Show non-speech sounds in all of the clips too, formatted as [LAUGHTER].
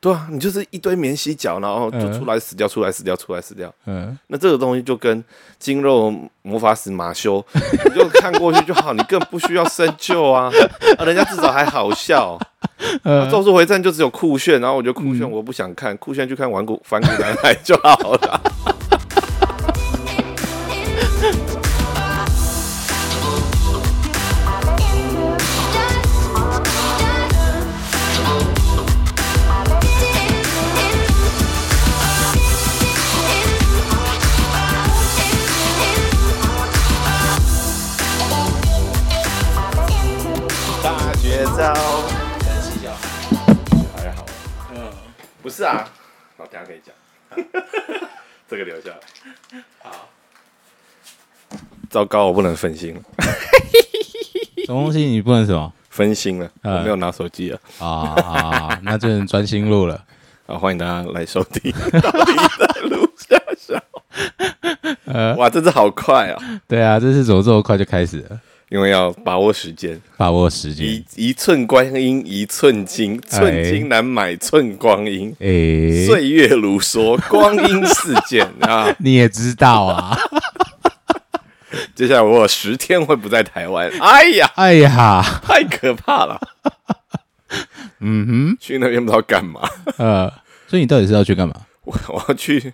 对啊，你就是一堆免洗脚，然后就嗯出来死掉，出来死掉，出来死掉。嗯，那这个东西就跟筋肉魔法使马修， [LAUGHS] 你就看过去就好，你更不需要深究啊。 [LAUGHS] 啊，人家至少还好笑。啊咒术回战就只有酷炫，然后我觉得酷炫我不想看，酷炫去看顽固反骨男孩就好了。大绝招，还好，嗯，不是啊，好，等一下可以讲，这个留下来。好，糟糕，我不能分心了，什么东西你不能什么分心了，我嗯没有拿手机了。啊啊？ [LAUGHS] 那就能专心录了。啊，欢迎大家来收听《到底在录下小》。哇，这次好快啊！对啊，这是怎么这么快就开始了？因为要把握时间，把握时间一。一寸光阴一寸金，寸金难买寸光阴。诶、岁月如梭，光阴似箭 [LAUGHS] 啊！你也知道 [LAUGHS] 啊。接下来我有十天会不在台湾，哎呀，哎呀，太可怕了！嗯去那边不知道干嘛，哼，呃，所以你到底是要去干嘛？我我要去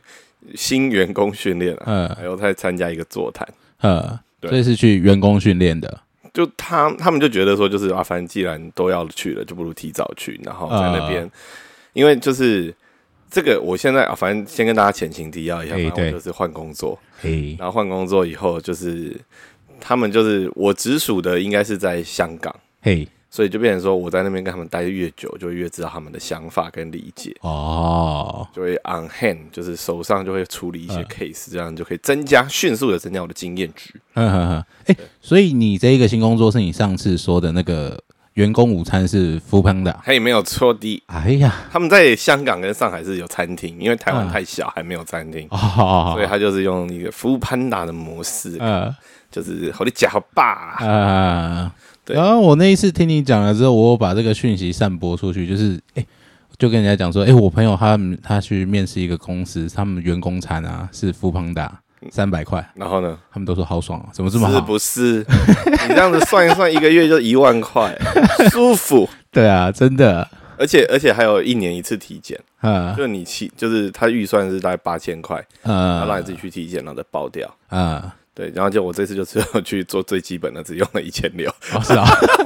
新员工训练啊嗯，还有再参加一个座谈。呃，对所以是去员工训练的。就他他们就觉得说，就是啊，反正既然都要去了，就不如提早去，然后在那边，因为就是这个，我现在啊，反正先跟大家前情提要一下，哎反正我对就是换工作，诶、然后换工作以后，就是他们就是我直属的应该是在香港，嘿，所以就变成说我在那边跟他们待越久，就越知道他们的想法跟理解。哦，就会 on hand，就是手上就会处理一嗯些 case，、这样就可以增加迅速的增加我的经验值。哼哼哼，哎、所以你这一个新工作是你上次说的那个员工午餐是 f o o p a n d a 还有没有错的？哎呀，他们在香港跟上海是有餐厅，因为台湾嗯太小，还没有餐厅，哦所以，他就是用一个服务潘达的模式，呃就是好你假好爸，呃，对然后我那一次听你讲了之后，我有把这个讯息散播出去，就是哎、就跟人家讲说，哎、我朋友他们他去面试一个公司，他们员工餐啊是 f o o p a n d a 三百块，然后呢，他们都说好爽啊，怎么这么嗯是好？不是？你这样子算一算，一个月就一万块，舒服。对啊，真的，而且而且还有一年一次体检，呃就你去，就是他预算是大概八千块，他让呃你自己去体检，然后再报掉。呃，对，然后就我这次就只有去做最基本的，只用了一千六， [LAUGHS] 哦是啊，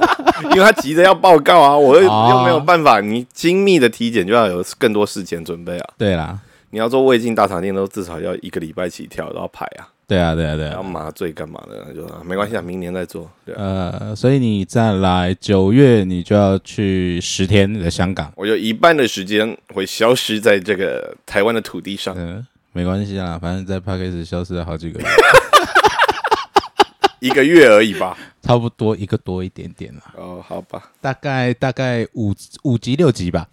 [LAUGHS] 因为他急着要报告啊，我又哦又没有办法，你精密的体检就要有更多事前准备啊。对啦，你要做胃镜、大肠镜都至少要一个礼拜起跳，都要排啊，对啊，对啊，对然后啊，麻醉干嘛的，就啊没关系啊，明年再做。对啊，呃，所以你再来九月，你就要去十天的香港，我有一半的时间会消失在这个台湾的土地上，嗯、没关系啦，反正在 p a c k a g e 消失了好几个月，一个月而已吧。差不多一个多一点点啦，哦，好吧，大概大概五五级六级吧，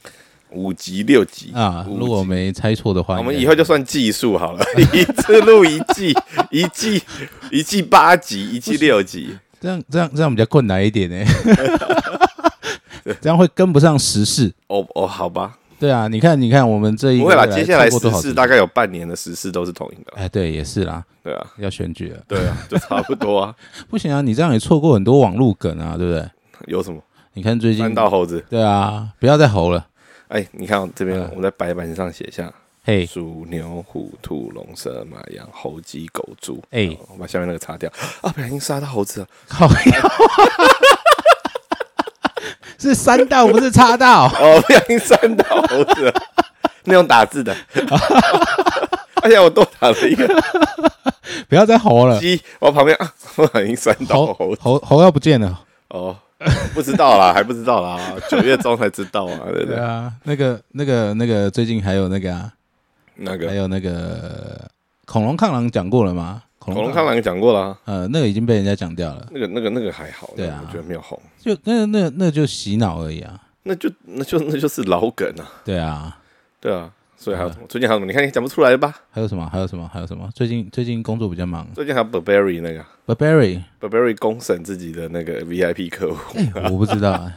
五集六集啊，五集如果我没猜错的话，我们应该以后就算季数好了， [LAUGHS] 一次录一 [LAUGHS] 季，一季一季八集，一季六集。这样这样这样比较困难一 [LAUGHS] 点呢、 [LAUGHS] 这样会跟不上时事。哦哦，好吧，对啊，你看，你看，我们这一不个会啦，月接下来错过十多少四集大概有半年的十四都是同一个，哎，对，也是啦，对啊，要选举了，对 [LAUGHS] 啊，就差不多啊。不行啊，你这样也错过很多网络梗啊，对不对？有什么？你看最三近，道猴子，对啊，不要再吼了，哎，你看哦这边嗯我在白板上写下嘿，鼠、牛、虎、兔、龙、蛇、马、羊、猴、鸡、狗、猪。哎然后我把下面那个擦掉啊，不小心杀到猴 [LAUGHS] 子了。[LAUGHS] 靠腰，是三道不是插道，哦，不小心删到猴子 [LAUGHS] 了，那种打字的。 [LAUGHS] 而且我多打了一个不要再吼 [LAUGHS] 了，鸡，我旁边啊，不小心删到吼猴子。吼吼要不见了。哦，不知道啦，还 [LAUGHS] 不知道啦，九月中才知道啊， [LAUGHS] 对不对？对啊，那个那个那个，最近还有那个啊，那还个有那个恐龙抗狼讲过了吗？恐恐龙康朗讲过啦，呃，那个已经被人家讲掉了，那个那个那个还好，对啊那个我觉得没有红，就那那那就洗脑而已啊。那就那就那就是老梗啊。对啊，对啊，所以还有什么？最近还有什么？你看你讲不出来 [LAUGHS] 吧？还有什么？还有什么？还有什么？最近最近工作比较忙。最近还有 Burberry 那个 Burberry， Burberry 公审自己的那个 VIP 客户， [LAUGHS] 哎、我不知道、啊，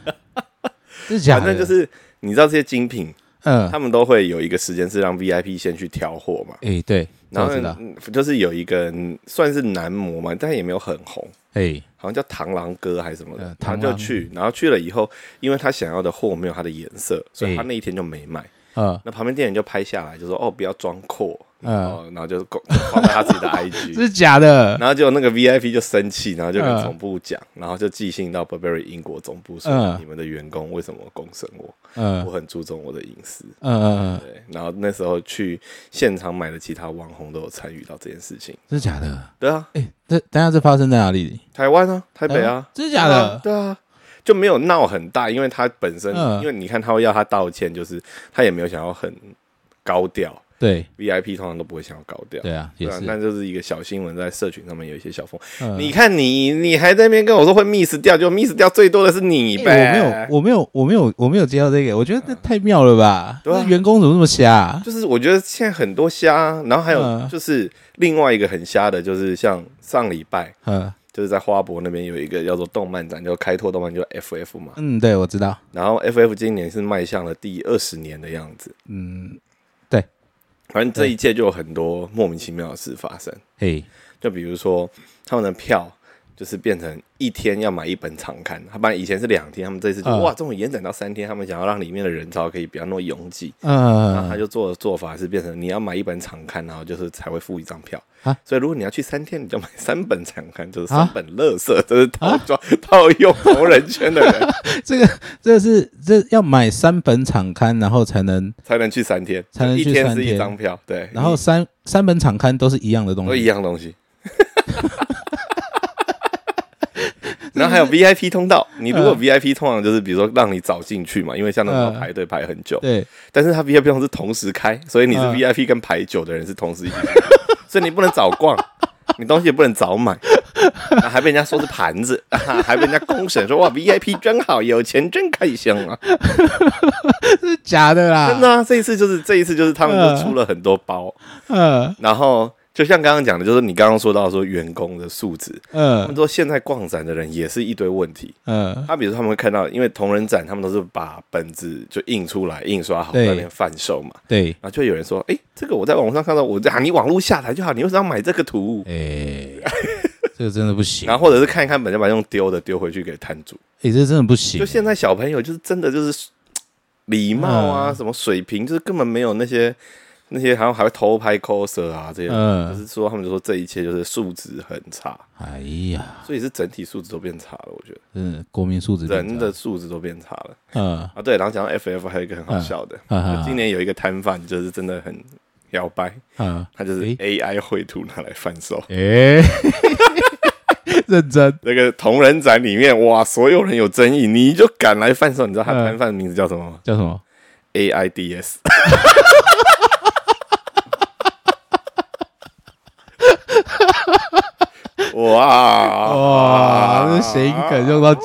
是假反的？正就是你知道这些精品，嗯，他们都会有一个时间是让 VIP 先去挑货嘛。哎，对，然后这我知道，嗯就是有一个嗯算是男模嘛，但也没有很红，哎，好像叫螳螂哥还是什么的呃，他螳就螂去，然后去了以后，因为他想要的货没有他的颜色，所以哎他那一天就没卖。呃，那旁边店员就拍下来，就说：“哦，不要装阔。”嗯哦，然后就公放在他 [LAUGHS] 自己的 IG，这是假的，然后结果那个 VIP 就生气，然后就跟嗯总部讲，然后就寄信到 Burberry 英国总部说嗯：“你们的员工为什么公审我？嗯我很注重我的隐私。嗯嗯，嗯”对，然后那时候去现场买的其他网红都有参与到这件事情。这是假的，对啊，哎，这等一下这发生在哪里？台湾啊，台北啊嗯，真的假的对啊对啊，就没有闹很大，因为他本身，嗯因为你看他会要他道歉，就是他也没有想要很高调对，VIP 通常都不会想要高调。对啊，也啊对啊，是，那就是一个小新闻，在社群上面有一些小风。嗯你看你，你还在那边跟我说会 miss 掉，就 miss 掉最多的是你欸呗。我没有，我没有，我没有，我没有接到这个，我觉得这太妙了吧？对啊这员工怎么这么瞎啊？就是我觉得现在很多虾，然后还有嗯就是另外一个很瞎的，就是像上礼拜嗯就是在花博那边有一个叫做动漫展，就开拓动漫，就 FF 嘛。嗯，对，我知道，然后 FF 今年是迈向了第二十年的样子，嗯，反正这一届就有很多莫名其妙的事发生，嘿，就比如说他们的票。就是变成一天要买一本常刊，他本来以前是两天，他们这次就、嗯哇，终于延展到三天，他们想要让里面的人潮可以不要那么拥挤，然后他嗯，就做的做法是变成你要买一本场刊，然后就是才会付一张票。啊所以如果你要去三天，你就买三本场刊，就是啊三本乐色，这是套装、套用同人圈的人这个这是这要买三本场刊，然后才能，才能去三天，才能一去天三是一天张票，对，然后你三三本场刊都是一样的东哎都一西，样东西。 [LAUGHS] 然后还有 VIP 通道，你如果嗯 VIP 通常就是比如说让你早进去嘛，因为像那种嗯排队排很久，对，但是它 VIP 通常是同时开，所以你是嗯 VIP 跟排九的人是同时一起开，所以你不能早逛， [LAUGHS] 你东西也不能早买，啊还被人家说是盘子， [LAUGHS] 啊还被人家公审说哇 VIP 真好，有钱真开箱啊！这是假的啦，真的、啊，这一次就是这一次就是他们就出了很多包，嗯，然后就像刚刚讲的，就是你刚刚说到说员工的素质，他们嗯说现在逛展的人也是一堆问题。嗯他比如说他们会看到，因为同人展他们都是把本子就印出来、印刷好在对那边贩售嘛，对，然后就有人说：“哎、这个我在网络上看到，我啊，你网络下载就好，你为什么要买这个图 [LAUGHS] 哎，这个真的不？”行，然后或者是看一看，本就把用丢的丢回去给摊主。哎，这真的不行就，现在小朋友就是真的就是嘖礼貌啊，嗯什么水平，就是根本没有那些那些，还还会偷拍 coser 啊这些，就嗯，是说他们就说这一切就是素质很差，哎呀，所以是整体素质都变差了。我觉得真的国民素质人变的素质都变差了差，嗯啊。对，然后讲到 FF 还有一个很好笑的，嗯嗯就今年有一个摊贩就是真的很摇摆，嗯，他就是诶 AI 绘图拿来贩售。 [LAUGHS] 哎，认真。那个同人展里面，哇，所有人有争议，你就敢来贩售？你知道他嗯摊贩的名字叫什么吗叫什么？ [LAUGHS] ？AIDS。哇哇，这谐音梗用到极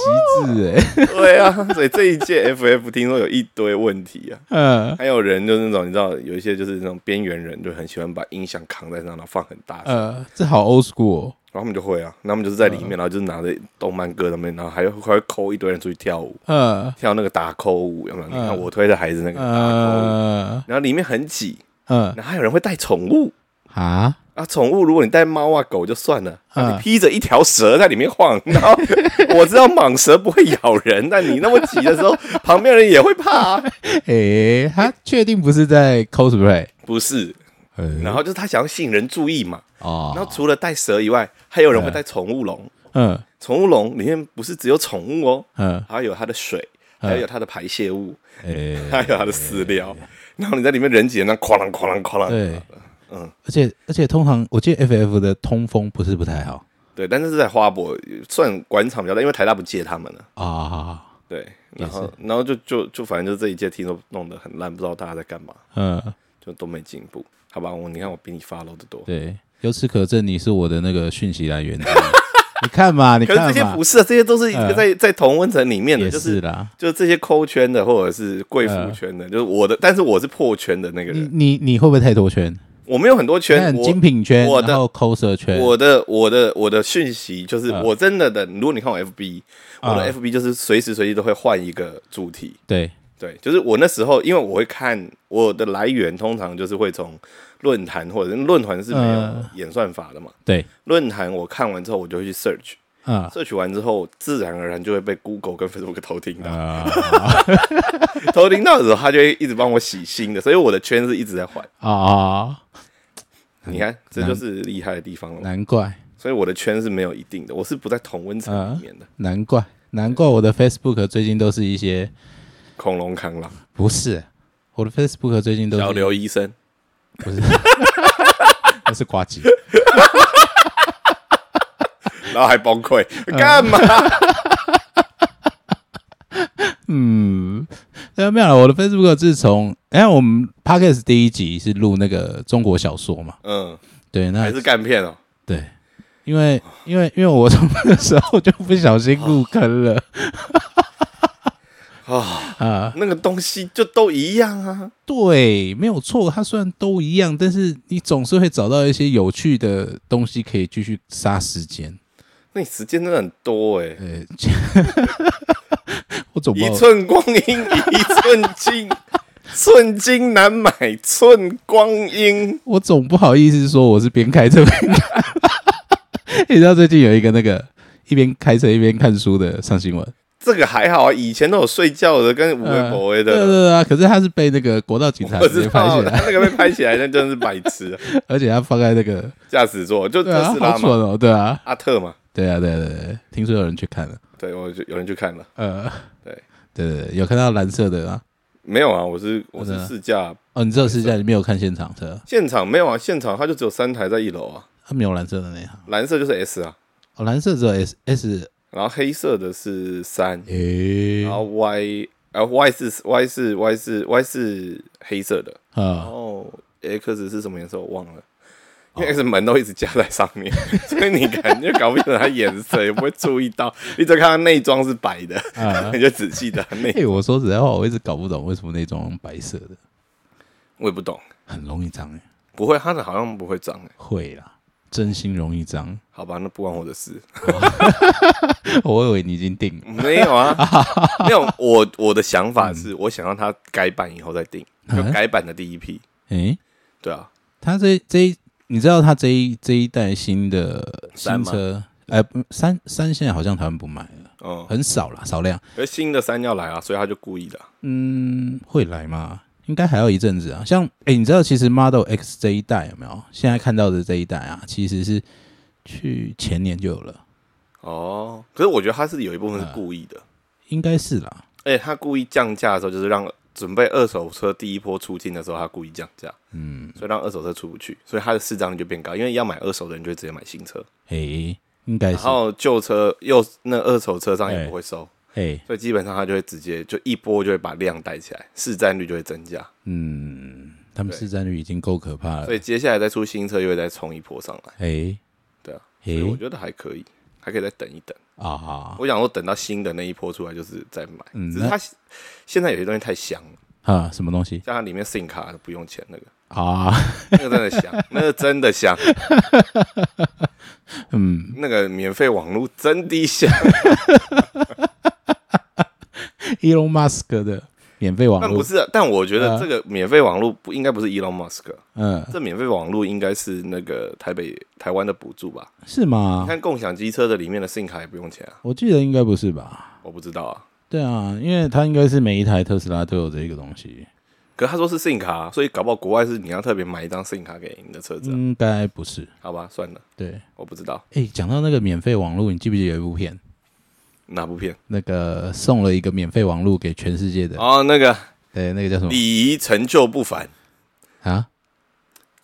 致哎、对啊，所以这一届 FF 听说有一堆问题啊，嗯还有人就是那种你知道，有一些就是那种边缘人，就很喜欢把音响扛在身上，然后放很大声，呃，这好 old school 哦、然后他们就会啊，那他们就是在里嗯面，然后就是拿着动漫歌上面，然后还会还会抠一堆人出去跳舞，呃跳那个打扣舞，有没有？你看嗯我推的孩子那个打扣舞，呃然后里面很挤，呃然后还有人会带宠物啊，啊，宠物如果你带猫啊狗就算了，嗯啊你披着一条蛇在里面晃， [LAUGHS] 然后我知道蟒蛇不会咬人，但你那么挤的时候，旁边人也会怕啊。诶、他确定不是在 cosplay？不是，嗯、然后就是他想要吸引人注意嘛，然哦后，除了带蛇以外，还有人会带宠物笼，嗯宠物笼里面不是只有宠物哦，嗯，还有它的水，还有它的排泄物，诶、还有它的饲料。然后你在里面人挤人，那哐啷哐啷哐啷，对，嗯，而且而且通常我记得 FF 的通风不是不太好对，但是是在花博算馆场比较大，因为台大不借他们了。啊，对，然后然后就就就反正就这一届听都弄得很烂，不知道大家在干嘛，嗯，就都没进步。好吧，我你看我比你 follow 的多，对，由此可证你是我的那个讯息来 [LAUGHS] 源之一，你看嘛，你可是这看些嘛不，是啊，这些都是一个嗯在在同温层里面的，也就是是啦。就是这些抠圈的或者是贵嗯妇圈的，就是我的，但是我是破圈的那个你人，你你会不会太多圈？我没有很多圈，看我嗯精品圈，我的然后 coser 圈，我的我的我的讯息就是嗯我真的的，如果你看我 FB，我的嗯 FB 就是随时随地都会换一个主题，对，对，就是我那时候，因为我会看我的来源，通常就是会从论坛或者论坛是没有嗯演算法的嘛。对，论坛我看完之后，我就会去 search。[LAUGHS] 啊 search 完之后，自然而然就会被 Google 跟 Facebook 偷听到，啊 [LAUGHS] 偷听到的时候，他就会一直帮我洗新的，所以我的圈是一直在换。啊！你看，这就是厉害的地方了嘛。难怪，所以我的圈是没有一定的，我是不在同温层里面的。难怪，难怪我的 Facebook 最近都是一些恐龙扛狼，不是我的 Facebook 最近都小是刘医生，不是， [LAUGHS] 那是瓜吉。然后还崩溃，干 [LAUGHS] 嘛？嗯，对啊，没有了。我的 Facebook 自从哎，我们 Podcast 第一集是录那个中国小说嘛，嗯，对，那还是干片哦。对，因为因为因为我从那个时候就不小心入坑了啊，啊。那个东西就都一样啊。对，没有错，它虽然都一样，但是你总是会找到一些有趣的东西可以继续杀时间。那你时间真的很多哎、呃， [LAUGHS] 我总不一好寸光阴 [LAUGHS] 一寸金，寸金难买寸光阴。我总不好意思说我是边开车边看。 [LAUGHS] 你知道最近有一个那个一边开车一边看书的上新闻，这个还好啊，以前都有睡觉的跟无微呃博微对对的。对啊，可是他是被那个国道警察 [LAUGHS] 我直知接拍道起他来，那个被拍起来，那真的是白痴啊而且他放在 [LAUGHS] 那个驾驶座，就对特啊，斯拉好嘛蠢，哦，对啊，阿特嘛，对啊，对啊对啊对啊，听说有人去看了，对我就有人去看了，呃，对对对对，有看到蓝色的啊，没有啊，我是我是真的试驾，啊哦，你只有试驾，你没有看现场车，现场没有啊，现场它就只有三台在一楼啊，他没有蓝色的那一行，蓝色就是 S 啊，哦，蓝色只有 S S，然后黑色的是三，诶然后 Y，然后 Y 是 Y 是 Y 是 Y 是黑色的，然啊，后 X 是什么颜色我忘了，因为 X 门都一直夹在上面， [LAUGHS] 所以你感觉搞不清楚它颜色，也不会注意到，你只看到内装是白的，啊 [LAUGHS] 你就只记得内， [LAUGHS] 哎，我说实在话，我一直搞不懂为什么那装白色的我也不懂，很容易脏哎。不会，它的好像不会脏、欸，会啦，真心容易脏。 [LAUGHS] 好吧，那不关我的事，我以为你已经定了没有啊，没有，我我的想法是我想让它改版以后再定，就改版的第一批，诶、对啊，他这这一，你知道他这一这一代新的三新吗车，呃，不三三现在好像台湾不卖了，嗯，很少啦，少量。而新的三要来啊，所以他就故意的啊、嗯，会来吗？应该还要一阵子啊。像诶、你知道其实 Model X 这一代有没有？现在看到的这一代啊，其实是去前年就有了，哦，可是我觉得他是有一部分是故意的，应该是啦。而且他故意降价的时候，就是让准备二手车第一波出清的时候，他故意降价，嗯，所以让二手车出不去，所以它的市占率就变高，因为要买二手的人就会直接买新车，诶、应该然是后旧车又那二手车商也不会收，诶、所以基本上他就会直接就一波就会把量带起来，市占率就会增加，嗯，他们对市占率已经够可怕了所。以接下来再出新车又会再冲一波上来，诶、对啊，所诶、以我觉得还可以，还可以再等一等。啊我想说等到新的那一波出来就是再买，嗯只是它现在有些东西太香了。啊，什么东西像它里面 SIM 卡不用钱那个，啊？ [LAUGHS] [LAUGHS] 那个真的香，那个真的香，嗯，那个免费网络真的香。 Elon Musk 的免费网但不络，啊是，啊但我觉得这个免费网络不应该不是 Elon Musk，啊嗯，这免费网络应该是那个台北台湾的补助吧？是吗你？看共享机车的里面的 SIM 卡也不用钱啊，我记得应该不是吧？我不知道啊。对啊，因为它应该是每一台特斯拉都有这个东西，可是他说是 SIM 卡、啊所以搞不好国外是你要特别买一张 SIM 卡给你的车子啊、应该不是。好吧，算了，对，我不知道哎，讲到那个免费网络，你记不记得有一部片？哪部片那个送了一个免费网络给全世界的，哦，那个对，那个叫什么礼仪成就不凡，啊？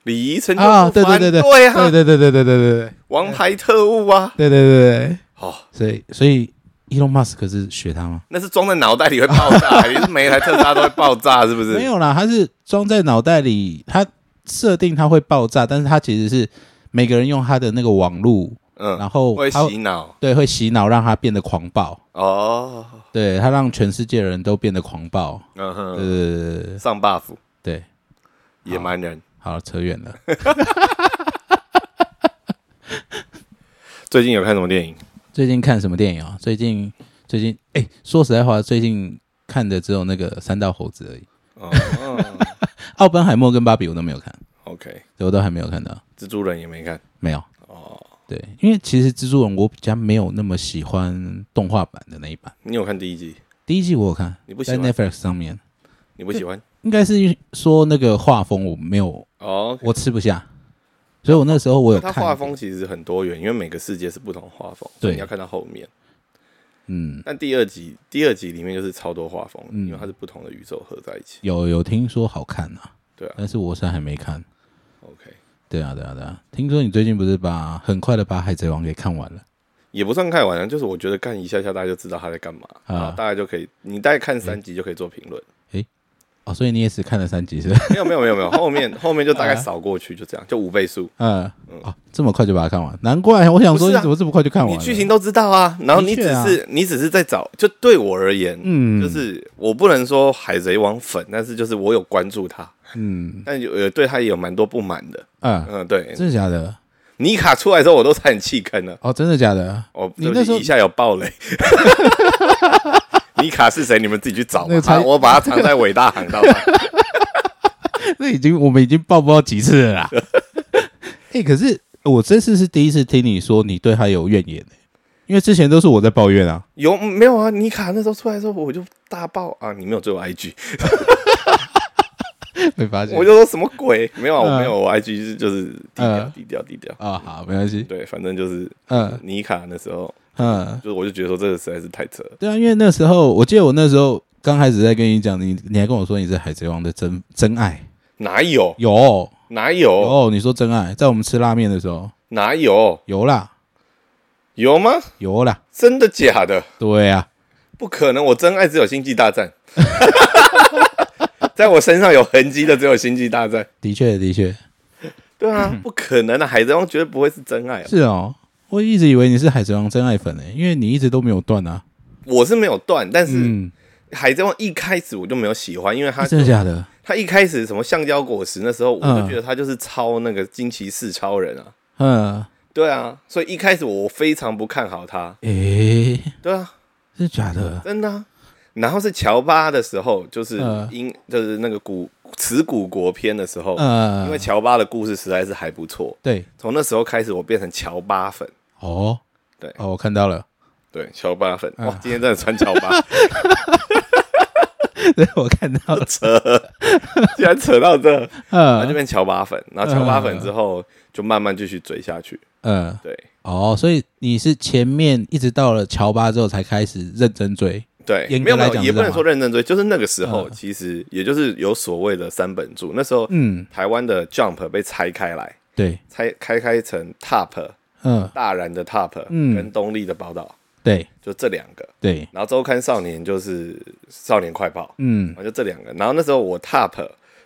礼仪成就不凡，啊，对对对对，对啊，对对对对对对对王牌特务啊，对对对对，哦，所以所以 Elon Musk 是学他吗？那是装在脑袋里会爆炸，也是每一台特斯拉都会爆炸，是不是？没有啦，它是装在脑袋里，它设定它会爆炸，但是它其实是每个人用他的那个网路，嗯，然后会它洗脑对会洗脑，让它变得狂暴，哦，对它让全世界人都变得狂暴，嗯对哼，对对对对上 buff 对，野蛮人，好扯远了，最近有看什么电影？最近看什么电影啊？最近最近哎、说实在话，最近看的只有那个三道猴子而已，哦哦 [LAUGHS] 奥本海默跟芭比我都没有看， ，OK，对我都还没有看到，蜘蛛人也没看没有。哦。对，因为其实蜘蛛人我比较没有那么喜欢动画版的那一版，你有看第一季？第一季我有看，你不喜在欢 Netflix 上面，你不喜欢？应该是说那个画风我没有，哦，我吃不下，所以我那时候我有它看画风其实很多元，因为每个世界是不同画风，所对以你要看到后面。嗯，但第二集，第二集里面就是超多画风，嗯因为它是不同的宇宙合在一起。有有听说好看啊，对啊但是我是还没看。 OK，对啊，对啊，对啊！听说你最近不是把很快的把《海贼王》给看完了？也不算看完了，就是我觉得看一下下，大家就知道他在干嘛，啊然后大家就可以，你大概看三集就可以做评论。哦，所以你也只看了三集是吧？[LAUGHS] [LAUGHS] 没有没有没有没有，后面后面就呃大概扫过去，就这样，就五倍速。嗯，哦，这么快就把它看完，难怪我想不说是你啊怎么这么快就看完你了？剧情都知道啊，然后你只的确啊是、你只是在找，就对我而言，嗯就是我不能说海贼王粉，但是就是我有关注他，嗯但有呃对他也有蛮多不满的，啊，嗯，对，真的假的？尼卡出来的时候我都差点弃坑了，哦，真的假的？ [LAUGHS] 哦，你对不那起时候一下有暴雷， [LAUGHS] 尼卡是谁？你们自己去找吧那个，才啊我把它藏在伟大航道上，那已经我们已经爆不知道几次了啦。 [LAUGHS] 哎、可是我这次是第一次听你说你对他有怨言、欸，因为之前都是我在抱怨啊。 [LAUGHS] 有没有啊？尼卡那时候出来的时候我就大爆啊！你没有追我 IG，没发我就说什么 [LAUGHS] 鬼？没有啊，我没有，我 IG 是就是低调嗯低调低调，啊、好，没关系。对，反正就是嗯尼卡那时候。嗯，就是我就觉得说这个实在是太扯了。对啊，因为那时候我记得我那时候刚开始在跟你讲，你你还跟我说你是海贼王的真真爱，哪有有哪有有，你说真爱，在我们吃拉面的时候哪有有啦有吗？有啦，真的假的？对啊，不可能，我真爱只有星际大 [LAUGHS] 战，在我身上有痕迹的只有星际大战。的确的确对啊，嗯不可能的、海贼王绝对不会是真爱、啊。是哦，我一直以为你是海贼王真爱粉诶、因为你一直都没有断啊，我是没有断，但是嗯，海贼王一开始我就没有喜欢，因为他真的假的？他一开始什么橡胶果实那时候，我嗯就觉得他就是抄那个惊奇四超人啊。嗯，对啊，所以一开始我非常不看好他。诶、对啊，真的假的？真的啊、然后是乔巴的时候，就是嗯英，就是那个古耻古国篇的时候，呃，因为乔巴的故事实在是还不错。对从那时候开始，我变成乔巴粉，哦，对哦，我看到了， [LAUGHS] 对乔巴粉。嗯哇，今天真的穿乔巴， [LAUGHS] 对我看到了，竟然扯到这，然后就嗯变乔巴粉。然后乔巴粉之后，就慢慢继续追下去。嗯，对哦，所以你是前面一直到了乔巴之后才开始认真追，对，严没格有没来有，讲也是这样吗不能说认真追，就是那个时候，其实也就是有所谓的三本柱。那时候嗯，台湾的 Jump 被拆开来，对，拆开开成 Top。嗯，大然的 Top 嗯跟东立的报道，对就这两个。对，然后周刊少年就是少年快报，嗯然，后就这两个。然后那时候我 Top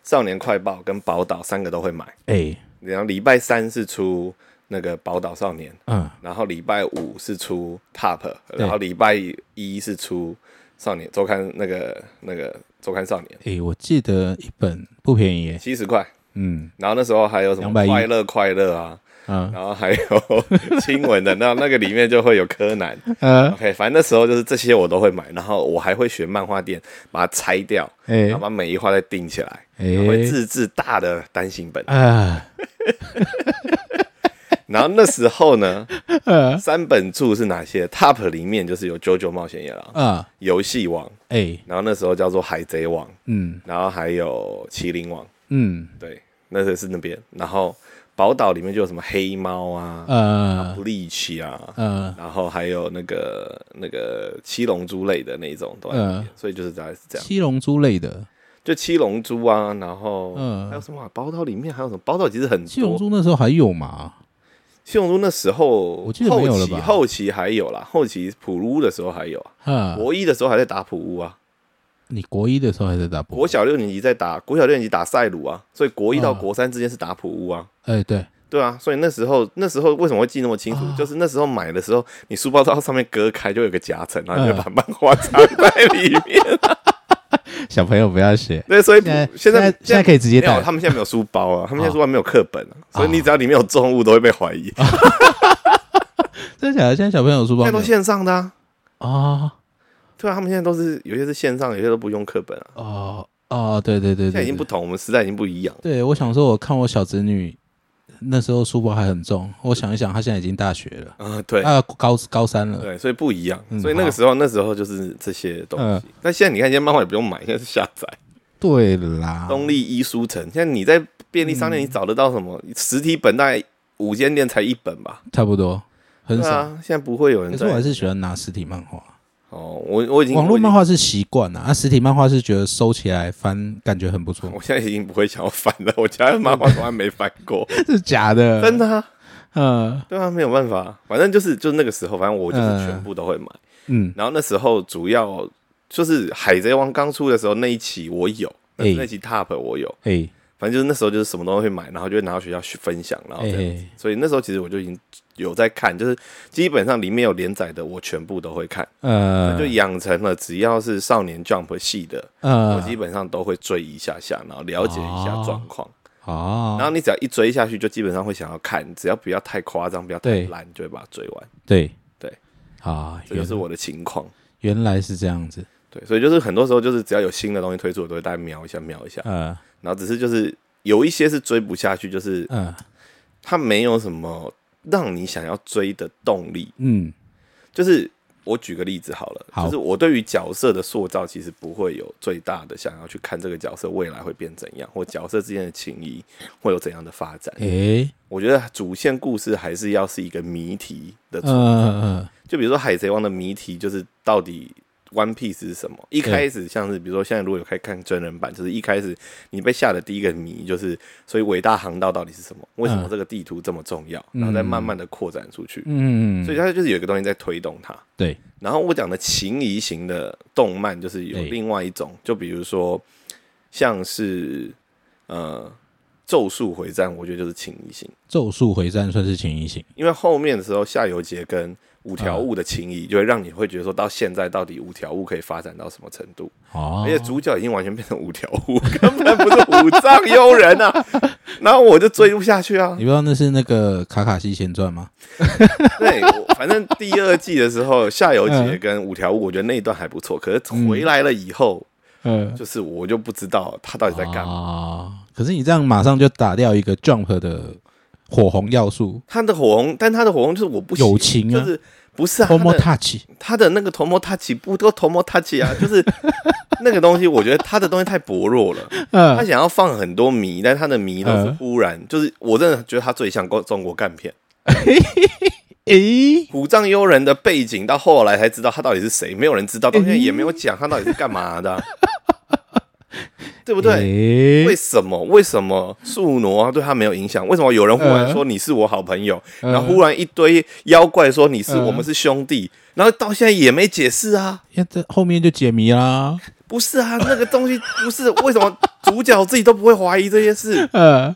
少年快报跟宝岛三个都会买。诶、然后礼拜三是出那个宝岛少年，嗯，然后礼拜五是出 Top，对然后礼拜一是出少年周刊那个那个周刊少年诶、我记得一本不便宜耶，七十块。嗯然后那时候还有什么210快乐快乐啊，啊然后还有 [LAUGHS] 亲吻的，那那个里面就会有柯南，呃， OK，反正那时候就是这些我都会买，然后我还会学漫画店把它拆掉，诶然后把每一画再订起来，然后会诶自制大的单行本。啊然后那时候 [LAUGHS] 呢，呃三本柱是哪些？Top 里面就是有《九九冒险野狼》、《啊游戏王》，诶，然后那时候叫做《海贼王》，嗯然后还有《麒麟王》，嗯对，那个是那边。然后宝岛里面就有什么黑猫啊、呃 Bleach 啊，呃然后还有那个那个七龙珠类的那一种都在里面嗯，所以就是大概是这样。七龙珠类的，就七龙珠啊，然后嗯还有什么啊、宝岛里面还有什么？宝岛其实很多。七龙珠那时候还有嘛？七龙珠那时候我记得没有了吧后期后期还有啦，后期普乌的时候还有啊，啊，国一的时候还在打普乌啊，你国一的时候还在打国波？小六年级在打国小六年级打赛鲁啊，所以国一到嗯国三之间是打普乌啊。诶，对，对啊，所以那时候那时候为什么会记那么清啊楚？就是那时候买的时候，你书包到上面割开就有个夹层，嗯然后你就把漫画藏在里面。 [LAUGHS] 小朋友不要学，对，所以现在现现在在现在可以直接没有，带他们现在没有书包 [LAUGHS] 啊，他们现在哦书包没有课本啊，所以你只要里面有重物都会被怀疑。啊真的假的？现在小朋友书包现在没都有线上的啊，啊？对啊，他们现在都是有些是线上，有些都不用课本啊。哦哦，对对对对，现在已经不同，我们时代已经不一样。对，我想说，我看我小侄女那时候书包还很重，我想一想，她现在已经大学了，啊，对啊，高高三了，对，所以不一样。嗯所以那个时候，那时候就是这些东嗯西。但现在你看，现在漫画也不用买，现在是下载。对啦，东立一书城，现在你在便利商嗯店你找得到什么实体本？大概五间店才一本吧，差不多，很对少。啊，现在不会有人可是在我还是喜欢拿实体漫画，哦，我我已经网络漫画，画是习惯啦，啊，实体漫画是觉得收起来翻感觉很不错，我现在已经不会想要翻了。 [LAUGHS] 我家的漫画从来没翻 [LAUGHS] 过， [LAUGHS] 是假的，真的啊，嗯对啊，没有办法，反正就是就是那个时候，反正我就是嗯全部都会买。嗯，然后那时候主要就是《海贼王》刚出的时候那一期我有，那哎那期 Top 我有，哎反正就是那时候就是什么东西会买，然后就会拿到学校去分享，然后哎这样。哎，所以那时候其实我就已经有在看，就是基本上里面有连载的，我全部都会看，呃就养成了只要是少年 Jump 系的，我呃基本上都会追一下下，然后了解一下状况。然哦，后你只要一追下去，就基本上会想要看，只要不要太夸张，不要太对烂，就会把它追完。对对啊，这就原是我的情况。原来是这样子，对，所以就是很多时候就是只要有新的东西推出，我都会大概瞄一下瞄一下，呃然后只是就是有一些是追不下去，就是呃它没有什么让你想要追的动力。嗯就是我举个例子好了，好就是我对于角色的塑造其实不会有最大的想要去看这个角色未来会变怎样，或角色之间的情谊会有怎样的发展。哎我觉得主线故事还是要是一个谜题的呃，呃就比如说《海贼王》的谜题就是到底。One Piece 是什么？一开始像是比如说，现在如果有开看真人版，就是一开始你被下的第一个谜就是，所以伟大航道到底是什么？为什么嗯这个地图这么重要？然后再慢慢的扩展出去，嗯，所以它就是有一个东西在推动它。对然后我讲的情谊型的动漫，就是有对另外一种，就比如说像是呃《咒术回战》，我觉得就是情谊型，咒术回战算是情谊型，因为后面的时候夏油杰跟五条悟的情谊，就会让你会觉得说到现在到底五条悟可以发展到什么程度，哦，而且主角已经完全变成五条悟，根本不是五藏悠人啊。然后我就追不下去 [LAUGHS] 啊你，不知道那是那个卡卡西前传吗？对，我反正第二季的时候夏油杰跟五条悟，我觉得那一段还不错，可是回来了以后。呃，就是我就不知道他到底在干啊嘛。嘛？可是你这样马上就打掉一个 Jump 的火红要素，他的火红，但他的火红就是我不喜友情啊就是不是啊？他 Homo 的 Touch，他的那个头摩他起不都头摩他起啊？就是那个东西，我觉得他的东西太薄弱了。他呃，想要放很多谜，但他的谜都是嗯忽然，就是我真的觉得他最像中中国干片。诶，虎杖悠仁的背景到后来才知道他到底是谁，没有人知道，到现在也没有讲他到底是干嘛 [LAUGHS] 的啊、对不对？对为什么？为什么宿挪啊对他没有影响？为什么有人忽然说你是我好朋友，呃然后忽然一堆妖怪说你是、呃我们是兄弟，然后到现在也没解释啊？因为这后面就解谜 [LAUGHS] 啦，不是啊，那个东西不是为什么主角自己都不会怀疑这些事，呃，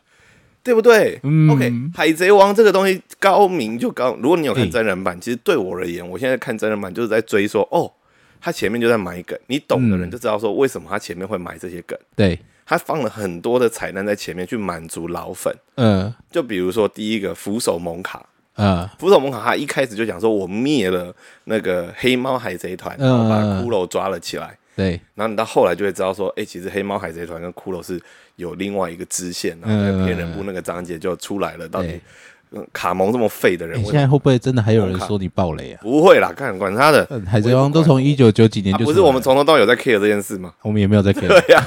对不对、嗯 o k 海贼王这个东西高明就高，如果你有看哎真人版，其实对我而言，我现在看真人版就是在追说哦。他前面就在埋梗，你懂的人嗯就知道说为什么他前面会埋这些梗，对，他放了很多的彩蛋在前面去满足老粉。呃就比如说第一个扶手蒙卡，呃扶手蒙卡他一开始就讲说，我灭了那个黑猫海贼团，嗯然后把骷髅抓了起来。对，然后你到后来就会知道说，哎、其实黑猫海贼团跟骷髅是有另外一个支线，然后那个嗯骗人部那个章节就出来了。到底对嗯卡蒙这么废的人，你为哎什现么在会不会真的还有人说你暴雷啊？不会啦，看管他的，嗯海贼王都从一九九几年啊、就不出是来我们了从头到尾有在 care 这件事吗？我们也没有在 [LAUGHS] K，对呀、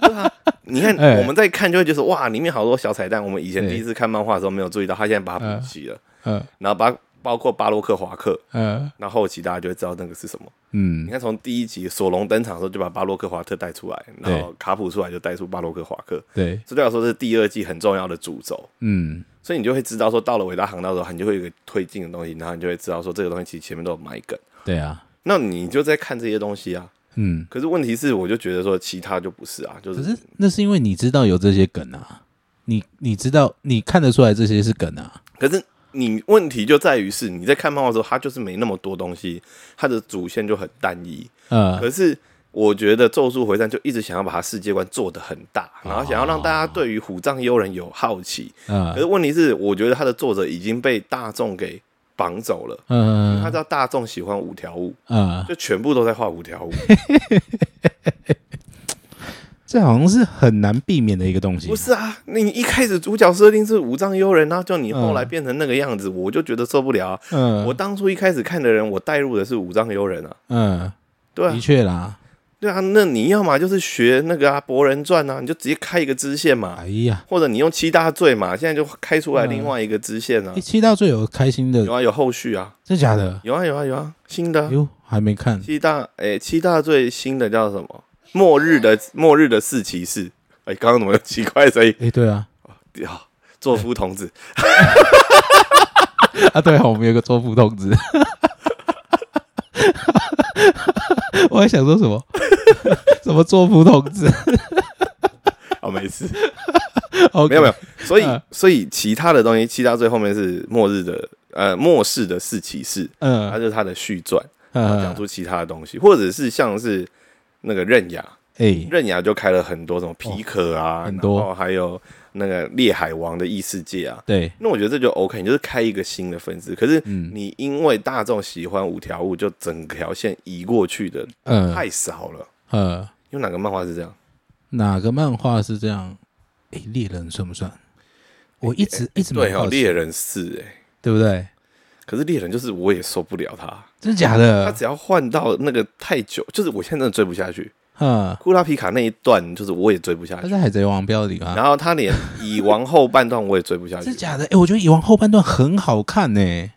对啊。你看，哎我们在看就会觉得哇，里面好多小彩蛋。我们以前对第一次看漫画的时候没有注意到，他现在把它补齐了，呃然后把包括巴洛克华克，呃那后期大家就会知道那个是什么。你嗯看，从第一集索隆登场的时候就把巴洛克华特带出来，然后卡普出来就带出巴洛克华克，对这对我来说是第二季很重要的主轴。嗯所以你就会知道说，到了伟大航道的时候，你就会有一个推进的东西，然后你就会知道说这个东西其实前面都有埋梗。对啊那你就在看这些东西啊。嗯，可是问题是，我就觉得说其他就不是啊，就可是是那是因为你知道有这些梗啊，你你知道你看得出来这些是梗啊，可是你问题就在于是你在看漫画的时候，它就是没那么多东西，它的主线就很单一。呃可是我觉得《咒术回战》就一直想要把它世界观做得很大，然后想要让大家对于虎杖悠仁有好奇。可呃是问题是，我觉得它的作者已经被大众给绑走了。因为他嗯知道大众喜欢五条悟，嗯，就全部都在画五条悟。 [LAUGHS] 这好像是很难避免的一个东西不。是啊，你一开始主角设定是五藏悠人，然后就你后来变成那个样子，我就觉得受不了啊、嗯，我当初一开始看的人，我带入的是五藏悠人啊。嗯，对啊的，确啦。对啊，那你要嘛就是学那个啊《博人传》啊，你就直接开一个支线嘛，哎呀，或者你用七大罪嘛，现在就开出来另外一个支线啊嗯一。期到最有开心的有，啊，有后续啊，真假的？有啊，有啊，有啊，新的啊、哟，还没看。七大诶、七大最新的叫什么？末日的末日的四骑士。哎、刚刚怎么有奇怪的声音？哎，对 [LAUGHS] 啊，啊，作夫童子，啊，对啊，我们有个周副同志。 [LAUGHS] 我还想说什么？ [LAUGHS] 什么做副同志哦，没 [LAUGHS] 事。 o [LAUGHS] 没有没有，所以嗯所以其他的东西，七大最后面是末日的呃末世的四骑士，它嗯就是它的续传，讲嗯，出其他的东西，或者是像是那个刃牙，哎，刃牙啊就开了很多什么皮可啊，哦很多然后还有那个烈海王的异世界啊。对，那我觉得这就 OK，你就是开一个新的分支。可是嗯你因为大众喜欢五条悟，就整条线移过去的嗯太少了。呃，有哪个漫画是这样？哪个漫画是这样？哎，猎人算不算？我一直一直对没哦，好奇，猎人四哎、对不对？可是猎人就是我也受不了他。真假他的？只要换到那个太久，就是我现在真的追不下去。嗯，库拉皮卡那一段，就是我也追不下他去。是啊海贼王，不要理然他。后他连蚁王后半段我也追不下去真。假的？哎，我觉得蚁王后半段很好看呢。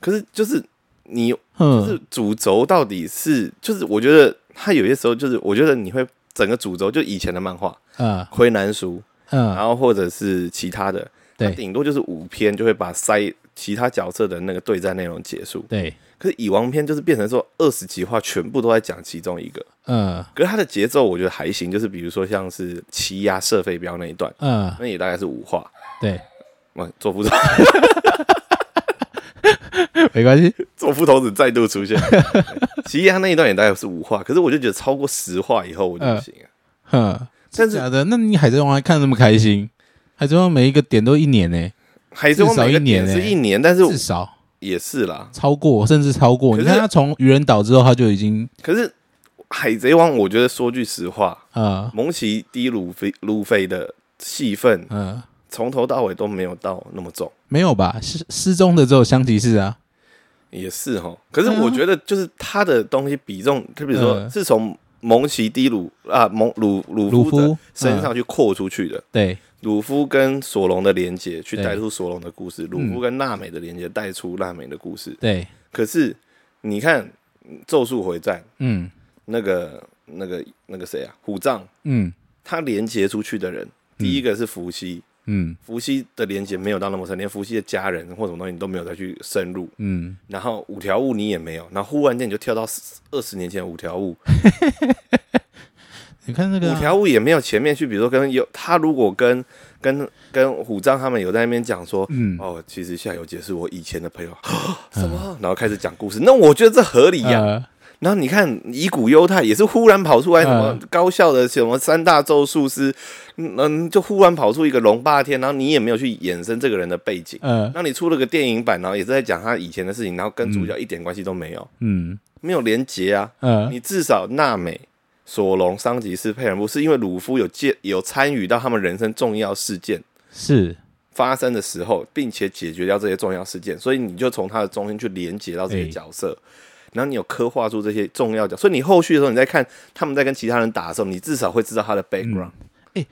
可是就是你就嗯是主轴到底是，就是我觉得他有些时候就是，我觉得你会整个主轴就以前的漫画嗯《灰南书》，然嗯，后或者是其他的，它对顶多就是五篇就会把塞其他角色的那个对战内容结束。对，可是蚁王篇就是变成说二十集话全部都在讲其中一个。嗯可是它的节奏我觉得还行，就是比如说像是奇亚射飞镖那一段，嗯，那也大概是五话，对，哇，做副总没关系。 [LAUGHS] 做副头子再度出 [LAUGHS] 现，奇亚那一段也大概是五话，可是我就觉得超过十话以后我就嗯不行了。哼，但是假嗯的？那你海贼王还看那么开心？海贼王每一个点都一年呢、海贼王每个点至少是一年欸一年，但是至少也是啦。超过，甚至超过。可你是看他从愚人岛之后，他就已经可是海贼王，我觉得说句实话，呃蒙奇低鲁菲路飞的戏份呃从头到尾都没有到那么重，没有吧？失失踪的只有香吉士啊。也是哈。可是对啊我觉得就是他的东西比重，就比如说嗯是从蒙奇低鲁啊蒙鲁鲁鲁夫的夫嗯身上去扩出去的。对，鲁夫跟索隆的连接，去对嗯带出索隆的故事；鲁夫跟娜美的连接，带出娜美的故事。对，可是你看《嗯咒术回战》嗯那个、那个、那个谁啊，虎杖，嗯他连接出去的人，第一个是伏羲，嗯伏羲的连接没有到那么深，连伏羲的家人或什么东西你都没有再去深入。嗯，然后五条悟你也没有，然后忽然间你就跳到二十年前的五条悟，你看那个五啊、条悟也没有前面去，比如说跟有他如果跟跟跟虎杖他们有在那边讲说，嗯哦，其实夏油杰是我以前的朋友， [GASPS] 什么？然后开始讲故事，那我觉得这合理呀、呃然后你看以古犹太也是忽然跑出来什么嗯高效的什么三大咒术师，嗯嗯，就忽然跑出一个龙霸天，然后你也没有去衍生这个人的背景。呃那你出了个电影版，然后也是在讲他以前的事情，然后跟主角一点关系都没有，嗯没有连结啊。呃你至少娜美、索隆、桑吉斯、佩人布是因为鲁夫有介有参与到他们人生重要事件是发生的时候，并且解决掉这些重要事件，所以你就从他的中间去连接到这些哎角色。然后你有刻画出这些重要角，所以你后续的时候，你在看他们在跟其他人打的时候，你至少会知道他的嗯 background。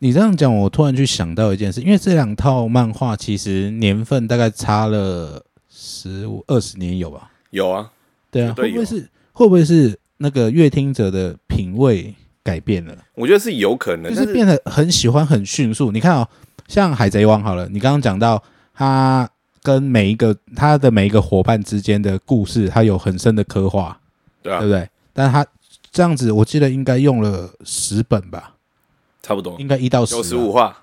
你这样讲，我突然去想到一件事，因为这两套漫画其实年份大概差了十五二十年有吧？有啊，对啊，绝对会不会有是会不会是那个乐听者的品味改变了，我觉得是有可能，就但是是变得很喜欢很迅速？你看哦，像海贼王好了，你刚刚讲到他跟每一个他的每一个伙伴之间的故事，他有很深的刻画，对啊对不对？但他这样子，我记得应该用了十本吧，差不多应该一到哦十，九十五话，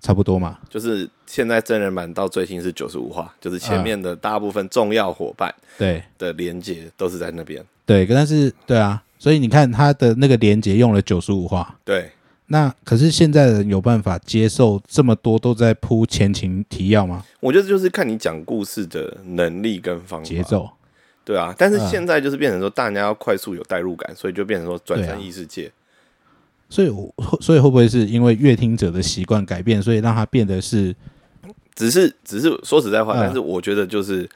差不多嘛。就是现在真人版到最新是九十五话，就是前面的大部分重要伙伴对的连接都是在那边。对，但是对啊，所以你看他的那个连接用了九十五话，对，那可是现在的人有办法接受这么多都在铺前情提要吗？我觉得就是看你讲故事的能力跟方法节，奏，对啊。但是嗯现在就是变成说，大家要快速有代入感，所以就变成说转对啊战异世界。所以我所以会不会是因为乐听者的习惯改变，所以让他变得是只是只是说实在话，嗯但是我觉得就是《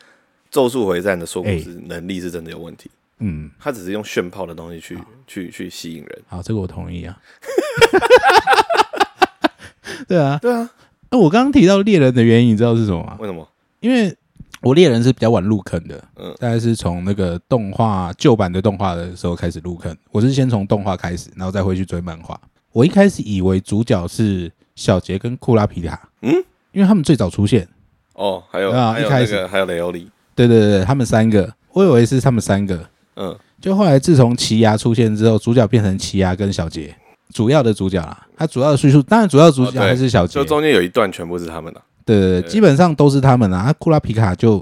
咒术回战》的说故哎事能力是真的有问题，嗯，他只是用炫炮的东西啊去去去吸引人。好，这个我同意啊。 [LAUGHS] 对啊，对啊，那我刚刚提到猎人的原因，你知道是什么吗？为什么？因为我猎人是比较晚入坑的，嗯大概是从那个动画旧版的动画的时候开始入坑。我是先从动画开始，然后再回去追漫画。我一开始以为主角是小杰跟库拉皮塔，嗯，因为他们最早出现，哦，还有、啊还有一开那始个还有雷欧里，对对对，对他们三个，我以为是他们三个，嗯，就后来自从奇牙出现之后，主角变成奇牙跟小杰，主要的主角啦。他主要的叙述，当然主要的主哦角对还是小杰、就中间有一段全部是他们啊的、对对对，对基本上都是他们啊。啊库拉皮卡就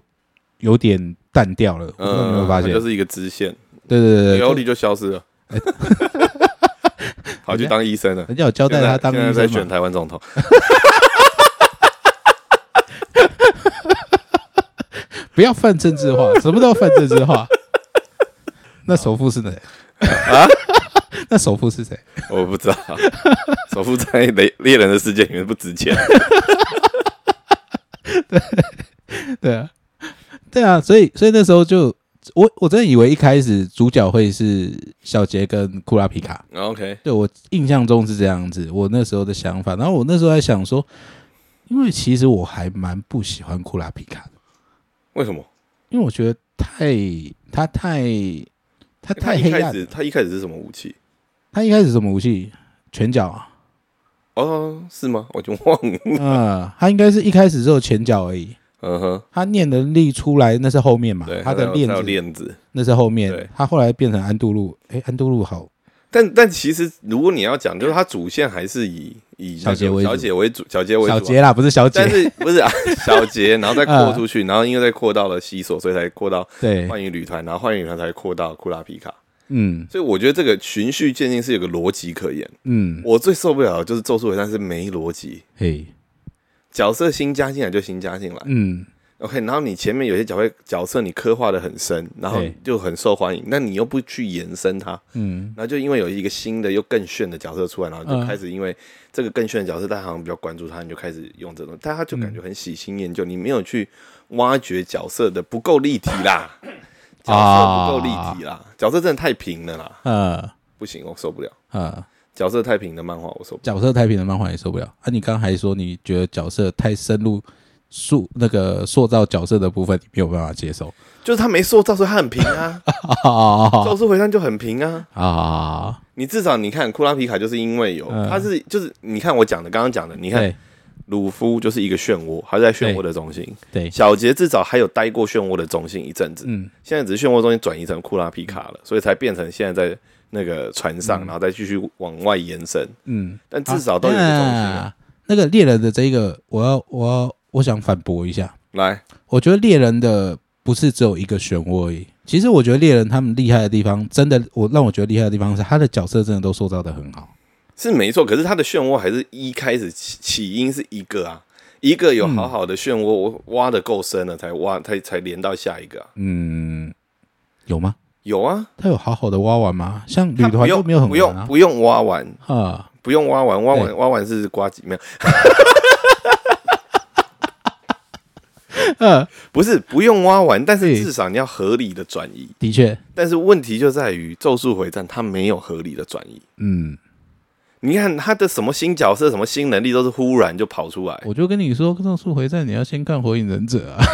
有点淡掉了，我不知道你有没有嗯，发现？它就是一个支线，对对对哎雷欧对，里就消失了， [LAUGHS] [LAUGHS] 跑去当医生了。人家有交代他当医现在生在选嘛，台湾总统，不要犯政 [LAUGHS] 治化，什么都要犯政治化。 [LAUGHS] 那首富是谁啊？ [LAUGHS] 那首富是谁？我不知道， [LAUGHS] 首富在雷猎人的世界里面不值钱。对啊，对啊，所以所以那时候就我我真的以为一开始主角会是小杰跟库拉皮卡， OK，对我印象中是这样子，我那时候的想法。然后我那时候还想说，因为其实我还蛮不喜欢库拉皮卡的，为什么？因为我觉得太他太他他太一黑开暗始了。他一开始是什么武器？他一开始什么武器？拳脚啊，哦，是吗？我就忘了。 [LAUGHS] 嗯、他应该是一开始只有拳脚而已。嗯哼，他念能力出来那是后面嘛对，，他才的有链才有子链子。那是后对面，他后来变成安杜路，诶，安杜路好，但但其实，如果你要讲，就是它主线还是以以那个小杰为主小姐为主，小杰为主啊小杰啦，不是小但姐，是不是 [LAUGHS] 啊？小杰，然后再扩出去，然后因为再扩到了西索，所以才扩到嗯对，幻影旅团，然后幻影旅团才扩到库拉皮卡。嗯所以我觉得这个循序渐进是有个逻辑可言。嗯，我最受不了的就是《咒术回战》是没逻辑，嘿，角色新加进来就新加进来。嗯 OK，然后你前面有些角色角色你刻画的很深，然后对就很受欢迎，那你又不去延伸它，嗯，然后就因为有一个新的又更炫的角色出来，然后就嗯开始因为这个更炫的角色，大家好像比较关注他，你就开始用嗯这种，但他就感觉很喜新厌旧，你没有去挖掘角色的不够立体 [COUGHS] 啦，角色不够立体啦，啊角色真的太平了啦，呃不行，我受不了，呃，角色太平的漫画我受不了。角色太平的漫画也受不了啊！你刚还说你觉得角色太深入塑那个塑造角色的部分，你没有办法接受就是他没塑造，所以他很平啊。啊咒术回战就很平啊。啊！你至少你看库拉皮卡，就是因为有嗯他是就是你看我讲的刚刚讲的，你看对鲁夫就是一个漩涡，他是在漩涡的中心。对，小杰至少还有待过漩涡的中心一阵子，嗯现在只是漩涡中心转移成库拉皮卡了，所以才变成现在在那个船上，然后再继续往外延伸。嗯，但至少都有一个中心啊。啊那个猎人的这一个，我要我要我想反驳一下，来，我觉得猎人的不是只有一个漩涡而已。其实我觉得猎人他们厉害的地方，真的我让我觉得厉害的地方是他的角色真的都塑造的很好。是没错，可是他的漩涡还是一开始起起因是一个啊，一个有好好的漩涡，我挖的够深了，才挖才才连到下一个、啊。嗯，有吗？有啊，他有好好的挖完吗？像他旅团就用没有很不用完啊不用挖完，啊。不用挖完，挖对完挖完是瓜几秒。呃，不是不用挖完，但是对至少你要合理的转移。的确，但是问题就在于《咒术回战》它没有合理的转移。嗯，你看他的什么新角色、什么新能力都是忽然就跑出来，我就跟你说，《咒术回战》你要先看《火影忍者》 [LAUGHS] 啊。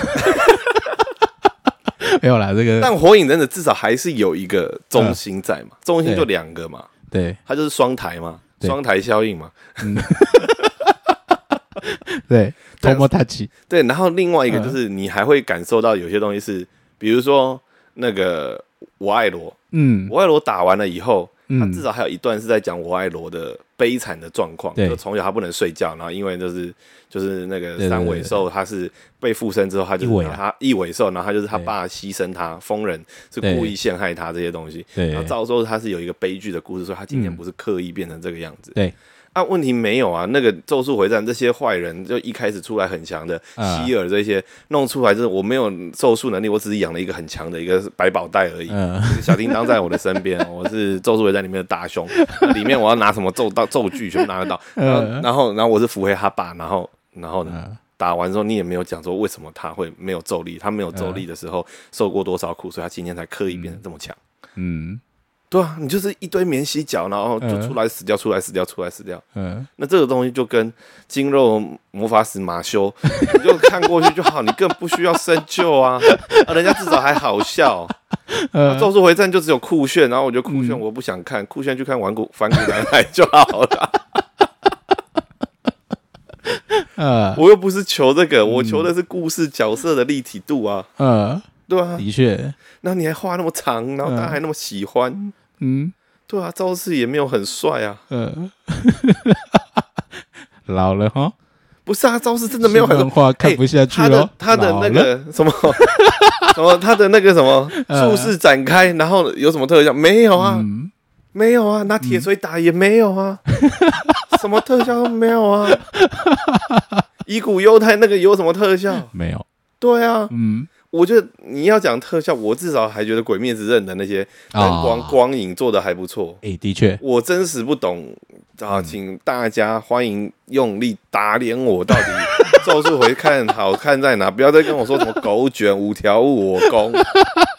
没有啦，这个但火影忍者至少还是有一个中心在嘛，中心就两个嘛，对它就是双台嘛，对双台效应嘛。对，对偷摸他起，对，然后另外一个就是嗯你还会感受到有些东西是，比如说那个我爱罗，嗯我爱罗打完了以后，他嗯至少还有一段是在讲我爱罗的悲惨的状况，对就从小他不能睡觉，然后因为就是就是那对对个三尾兽，他是被附身之后，他就一尾是啊他一尾兽，然后他就是他对爸牺牲他，疯人是对故意陷害他这些东西，对然后照说他是有一个悲剧的故事，所以他今天嗯不是刻意变成这个样子，对啊，啊，问题没有啊，那个《咒术回战》这些坏人就一开始出来很强的嗯希尔这些弄出来，就是我没有咒术能力，我只是养了一个很强的一个百宝袋而已。嗯小叮当在我的身边， [LAUGHS] 我是《咒术回战》里面的大凶，那里面我要拿什么咒到咒具全部拿得到。然后嗯然后然后我是伏黑他爸，然后然后呢？嗯打完之后，你也没有讲说为什么他会没有咒力，他没有咒力的时候受过多少苦，所以他今天才刻意变得这么强。嗯对啊，你就是一堆免洗脚，然后就嗯出来死掉，出来死掉，出来死掉。嗯，那这个东西就跟筋肉魔法使马修， [LAUGHS] 你就看过去就好，你更不需要深究啊。 [LAUGHS] 啊人家至少还好笑。 [LAUGHS] 啊呃嗯咒术回战就只有酷炫，然后我觉得酷炫我不想看，酷炫去看顽固反骨男孩就好了。 [LAUGHS] 呃我又不是求这嗯个，我求的是故事角色的立体度啊，呃，对啊。的确，那你还画那么长，然后大家还那么喜欢，嗯对啊，招式也没有很帅啊。呃，老了哈，不是啊，招式真的没有很新漫画看不下去哎他咯的他的老那了个什么 [LAUGHS] 什么，他的那个什么术呃士展开，然后有什么特效？没有啊，嗯没有啊，拿铁锤打也没有啊，什么特效都没有啊。以古犹太那个有什么特效？没有，对啊，嗯我觉得你要讲特效，我至少还觉得《鬼灭之刃》的那些灯光、啊，光影做的还不错。哎，的确，我真实不懂嗯啊，请大家欢迎用力打脸我， [LAUGHS] 到底咒术回看好看在哪？不要再跟我说什么狗卷、五条悟、我 [LAUGHS] 攻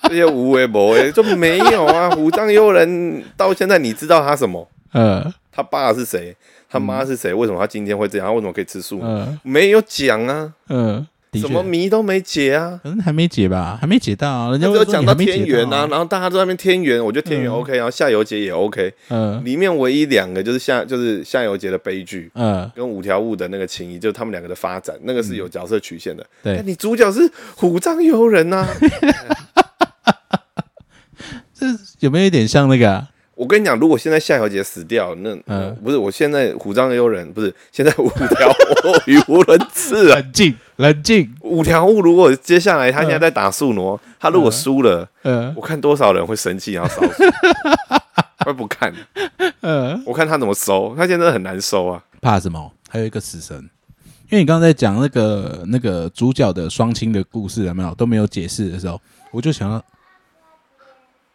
这些无为博为，就没有啊。虎杖悠仁到现在，你知道他什么？呃他爸是谁？他妈是嗯谁？为什么他今天会这样？他为什么可以吃素？呃没有讲啊，呃，的确什么谜都没解啊。可能还没解吧，还没解到啊，人他家只会有说讲你到还没天解元啊，到，然后大家都在那边天元，我觉得天元嗯 OK，然后下游节也 OK。嗯里面唯一两个就是夏就是夏油杰的悲剧呃，跟五条悟的那个情谊，就是他们两个的发展，那个是有角色曲线的。但嗯对，你主角是虎杖悠啊仁呐、有没有一点像那个啊我跟你讲，如果现在夏油杰死掉，那、嗯不是我现在虎杖悠仁，不是现在五条 [LAUGHS] 悟语无伦次啊。冷静冷静， [LAUGHS] 五条悟如果接下来他现在在打宿挪，他如果输了，呃我看多少人会生气然后烧 [LAUGHS] 书，会不看？呃，我看他怎么收，他现在很难收啊。怕什么？还有一个死神，因为你刚才在讲那个那个主角的双亲的故事有没有都没有解释的时候，我就想要，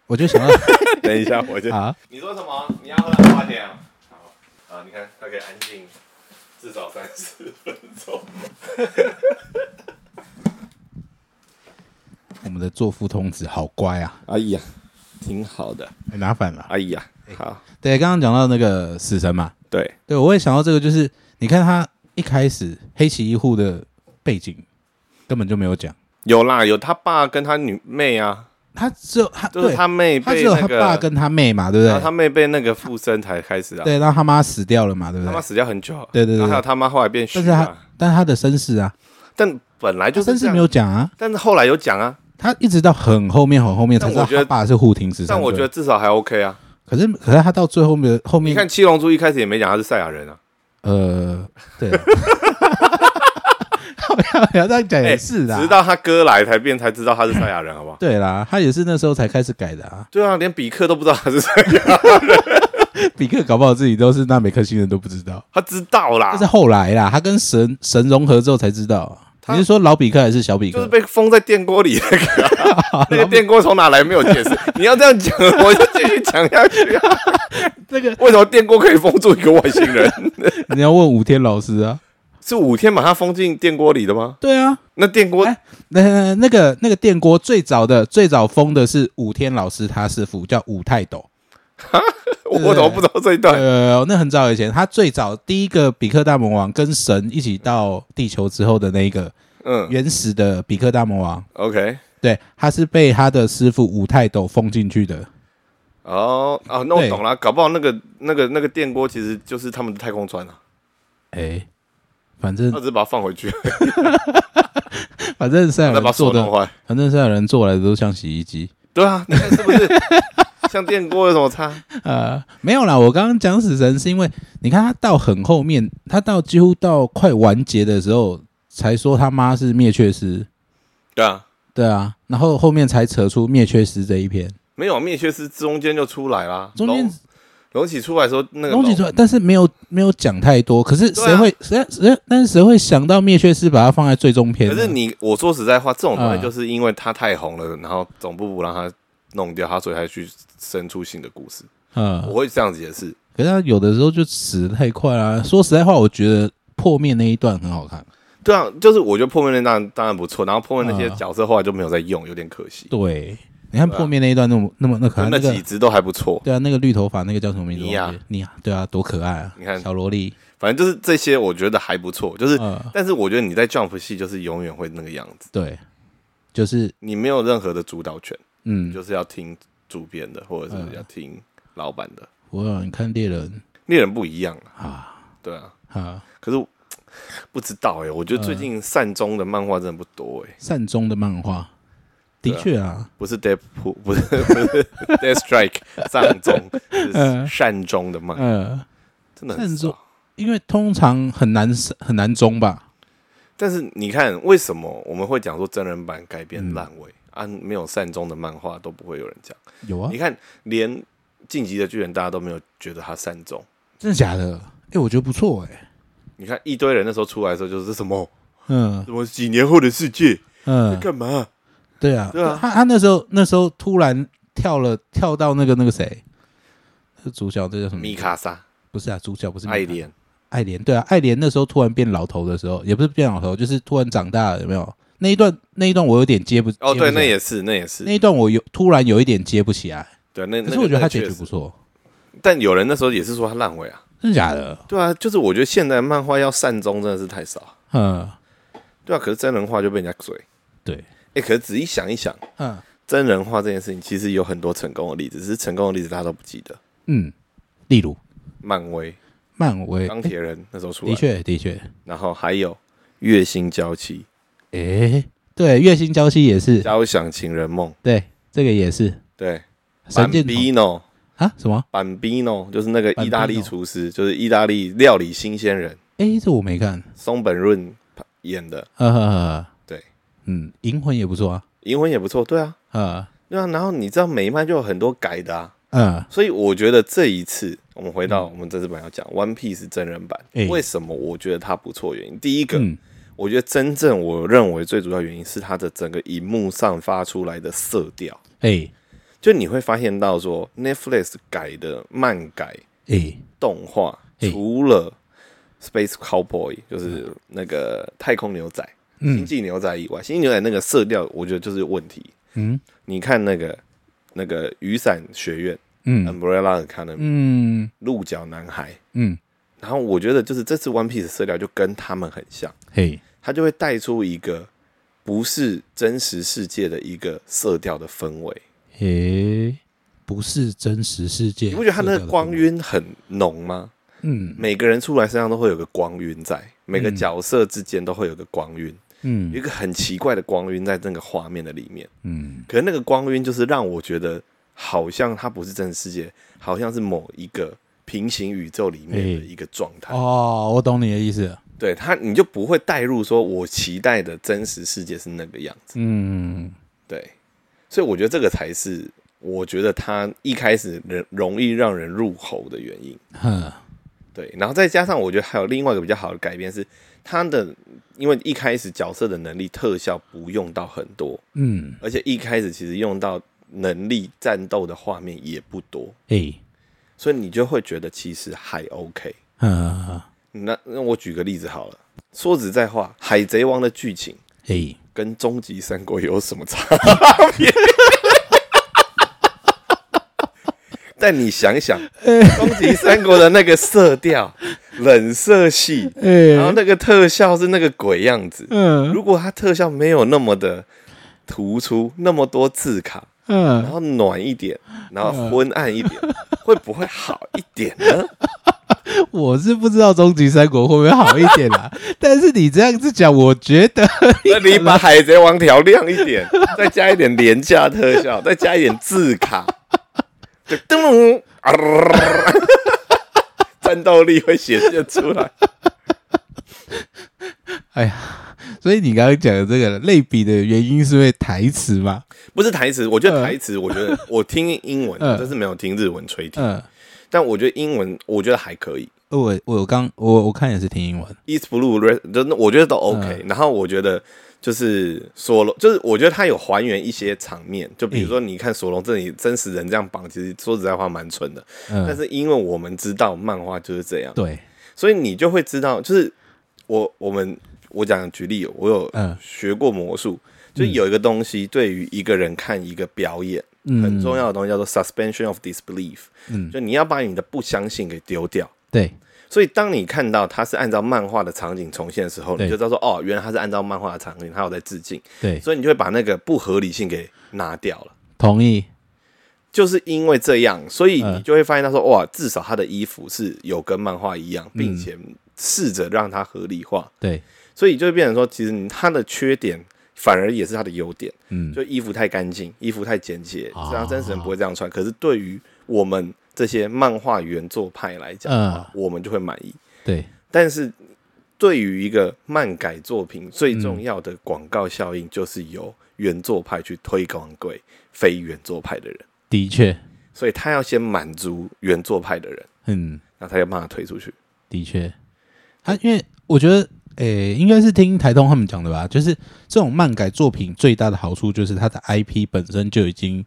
我就想要 [LAUGHS] 等一下，我就啊，你说什么？你要喝兰花点啊？好啊，你看他可以安静至少三十分钟。我们的作夫童子好乖啊，哎呀，挺好的。很麻烦了。哎呀，好，对，刚刚讲到那个死神嘛，对，对我也想到这个，就是你看他一开始黑崎一护的背景根本就没有讲，有啦，有他爸跟他女妹啊，他只有他就是对他妹他只被有那他个，爸跟他妹嘛，对不然后他对？妹被那个附身才开始啊。对，然后他妈死掉了嘛，对不他妈对？死掉很久，啊对对对然后还有他妈后来变虚但是他了，但是他的身世啊，但本来就是他身这世样没有讲啊，但是后来有讲啊，他一直到很后面很后面才但知道我觉得他爸是护庭十三但我觉得队。至少还 OK 啊。可是可是他到最后面后你面看，七龙珠一开始也没讲他是赛亚人啊，呃，对啊，好像好像这样讲也是啦哎直，到他哥来才变才知道他是赛亚人，好不 [LAUGHS] 好？对啦，他也是那时候才开始改的啊。对啊，连比克都不知道他是谁，比克搞不好自己都是那每颗星人都不知道，他知道啦但是，后来啦，他跟神神融合之后才知道啊。他你是说老比克还是小比就是克？被封在电锅 [LAUGHS] 里那个啊、那个电锅从哪来没有解释。你要这样讲，我就继续讲下去啊。 [LAUGHS] 这个为什么电锅可以封住一个外星人？ [LAUGHS] 你要问五天老师啊。是五天把他封进电锅里的吗？对啊，那电锅哎那那个那个电锅最早的最早封的是五天老师他师傅叫五泰斗， [LAUGHS] 我怎么不知道这一 [LAUGHS] 段？呃，那很早以前，他最早第一个比克大魔王跟神一起到地球之后的那一个嗯原始的比克大魔王， ，OK，对，他是被他的师傅五泰斗封进去的。哦哦，那我懂了，搞不好那个那个那个电锅其实就是他们的太空船啊，哎、反正他只是把它放回去，反正 [LAUGHS] 赛亚再把人手做弄的，坏。反正赛亚人做来的都像洗衣 [LAUGHS] 机。对啊，你看是不 [LAUGHS] 是？像电锅有什么差？呃，没有啦，我刚刚讲死神是因为你看他到很后面，他到几乎到快完结的时候才说他妈是灭却师，对啊，对啊，然后后面才扯出灭却师这一篇，没有灭却师中间就出来啦，中间龙龙起出来的时候，那个龙起出来，但是没有没有讲太多。可是对谁啊会谁谁？但是谁会想到灭却师把它放在最终篇可呢？是你我说实在话，这种东嗯西就是因为它太红了，然后总部不让它弄掉，它所以才去生出新的故事。嗯，我会这样子解释。可是他有的时候就死的太快啦、说实在话，我觉得破灭那一段很好看。对啊，就是我觉得破面那当然当然不错，然后破面那些嗯角色后来就没有再用，有点可惜。对，你看对啊破灭那一段那么那么那可爱，就那那个几只都还不错，对啊，那个绿头发那个叫什么名字？尼亚忘记了，尼亚，对啊，多可爱啊！你看小萝 [LAUGHS] 莉，反正就是这些我觉得还不错。就是，呃，但是我觉得你在 Jump 系就是永远会那个样子，对，就是你没有任何的主导权，你嗯，就是要听主编的，或者嗯是要听老板的。我想看猎人猎人不一样啊，啊对啊。啊，可是不知道哎、我觉得嗯最近善终的漫画真的不多哎、善终的漫画，的对啊确啊，不是 Deadpool，不是 [LAUGHS] 不是 Death Strike 上 [LAUGHS] 中，嗯是善终的漫，呃，真的很善少终。因为通常很难很难终吧，但是你看，为什么我们会讲说真人版改编烂尾、啊？没有善终的漫画都不会有人讲。有啊你，看，连《晋级的巨人》大家都没有觉得他善终。真的假的？哎，我觉得不错哎，你看一堆人那时候出来的时候，就是这什么嗯什么几年后的世界在嗯，干嘛、对啊，对啊他他那时候那时候突然跳了跳到那个那个谁，是主角这叫什么？米卡莎、不是啊，主嗯角不是米卡爱莲，爱莲，对啊，爱莲那时候突然变老头的时候，也不是变老头，就是突然长大了，有没有？那一段那一段我有点接不哦，接对，不起来那也是，那也是那，一段我有突然有一点接不起来，对，那可那是个我觉那得他个结确局实不错，但有人那时候也是说他烂尾啊，真的假的？对啊，就是我觉得现代漫画要善终真的是太少，嗯对啊，可是真人化就被人家嘴，对，哎、可是仔细想一想，嗯真人化这件事情其实有很多成功的例子，只是成功的例子大家都不记得，嗯，例如漫威、漫威，钢铁人 [LAUGHS] 那时候出的来，确的确，然后还有月薪娇妻、诶、对，月薪娇妻也是，交响情人梦，对，这个也是对神剑童，Bambino。啊什么？ Bambino 就是那个意大利厨师，就是意大利料理新鲜人，诶、这我没看，松本润演的，呵呵呵，对，嗯，银魂也不错啊，银魂也不错，对啊，呃对啊。然后你知道美漫就有很多改的啊，嗯所以我觉得这一次我们回到我们这次本要讲《One Piece》真人版哎，为什么我觉得它不错？原因第一个，嗯我觉得真正我认为最主要原因是它的整个荧幕上发出来的色调，诶就你会发现到说 Netflix 改的漫改诶动画，嘿除了 Space Cowboy 就是那个太空牛仔、星嗯际牛仔以外，星际牛仔那个色调我觉得就是问题。嗯你看那个那个雨伞学院、嗯 Umbrella Academy、嗯鹿角男孩，嗯，然后我觉得就是这次 One Piece 的色调就跟他们很像，嘿。它就会带出一个不是真实世界的一个色调的氛围。诶、不是真实世界，你不觉得它那个光晕？晕很浓吗？嗯每个人出来身上都会有个光晕在，每个角色之间都会有个光晕。有一嗯个很奇怪的光晕在那个画面的里面，嗯可是那个光晕就是让我觉得好像它不是真实世界，好像是某一个平行宇宙里面的一个状态。哦，我懂你的意思。对它，你就不会带入说我期待的真实世界是那个样子。嗯，对，所以我觉得这个才是我觉得它一开始人容易让人入喉的原因。哼，对，然后再加上我觉得还有另外一个比较好的改变是，它的因为一开始角色的能力特效不用到很多，嗯，而且一开始其实用到能力战斗的画面也不多，诶、所以你就会觉得其实还 OK。嗯，那那我举个例子好了，说实在话，《海贼王》的剧情诶、跟《终极三国》有什么差别？ [LAUGHS] 但你想想，《终极三国》的那个色调，冷色系，诶、然后那个特效是那个鬼样子。嗯如果它特效没有那么的突出，那么多字卡，然嗯，后暖一点，然后昏暗一点，会不会好一点呢？我是不知道终极三国会不会好一点啦、啊 [LAUGHS] 但是你这样子讲，我觉得 [LAUGHS] [LAUGHS] 那你把《海贼王》调亮一点，再加一点廉价特效，再加一点字卡，就噔噔啊，战斗力会显现出来。哎呀，所以你刚刚讲的这个类比的原因是因为台词嘛？不是台词，我觉得台词，我觉得我听英文，嗯但是没有听日文吹听。嗯但我觉得英文我觉得还可以呃我我刚我我看也是听英文， ，East Blue Red 真的我觉得都嗯 OK、然后我觉得就是索隆，就是我觉得他有还原一些场面，就嗯比如说你看索隆这里真实人这样绑，其实说实在话蛮蠢的。嗯、但是因为我们知道漫画就是这样，对，所以你就会知道，就是我我们我讲举例，哦我有嗯学过魔术，就是有一个东西对于一个人看一个表演。嗯很重要的东西叫做 suspension of disbelief，、嗯就你要把你的不相信给丢掉。对，所以当你看到它是按照漫画的场景重现的时候，对你就知道说哦，原来它是按照漫画的场景，它有在致敬，对，所以你就会把那个不合理性给拿掉了。同意，就是因为这样，所以嗯你就会发现到说，哇，至少他的衣服是有跟漫画一嗯样，并且试着让它合理化，对，所以就会变成说，其实你他的缺点反而也是他的优点，嗯，就衣服太干净，衣服太简洁，哦这样真实人不会这样穿。可是对于我们这些漫画原作派来讲，嗯，我们就会满意。对，但是对于一个漫改作品，最重要的广告效应就是由原作派去推广给非原作派的人，的确，所以他要先满足原作派的人，嗯，然后他就把它推出去。的确，他啊因为我觉得，诶、应该是听台通他们讲的吧，就是这种漫改作品最大的好处就是它的 IP 本身就已经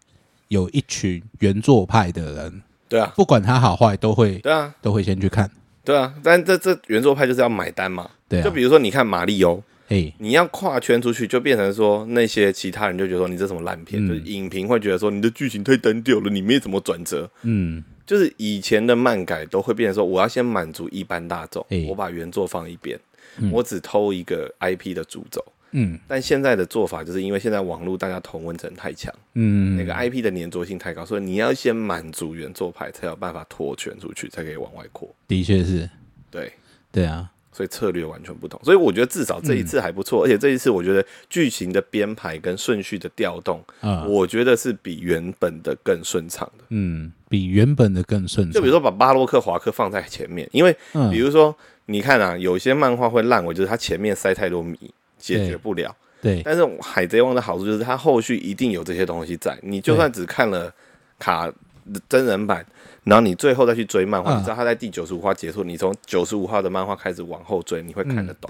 有一群原作派的人，对啊，不管它好坏都会对啊，都会先去看，对啊。但这这原作派就是要买单嘛。对就啊，比如说，你看马里欧，诶、你要跨圈出去，就变成说那些其他人就觉得说你这什么烂片，嗯就是影评会觉得说你的剧情太单调了，你没怎么转折。嗯，就是以前的漫改都会变成说，我要先满足一般大众，诶我把原作放一边，哎嗯我只偷一个 IP 的主轴。嗯，但现在的做法就是因为现在网络大家同温层太强，嗯，那个 IP 的粘着性太高，所以你要先满足原作派，才有办法拓圈出去，才可以往外扩。的确是，对，对啊，所以策略完全不同。所以我觉得至少这一嗯次还不错，而且这一次我觉得剧情的编排跟顺序的调动，啊、我觉得是比原本的更顺畅的。嗯，比原本的更顺就畅比，如说把巴洛克华克放在前面，因为嗯比如说你看啊，有些漫画会烂尾，就是它前面塞太多谜。解决不了，对，但是《海贼王》的好处就是它后续一定有这些东西在。你就算只看了卡真人版，然后你最后再去追漫画，嗯你知道它在第九十五话结束，你从九十五话的漫画开始往后追，你会嗯看得懂。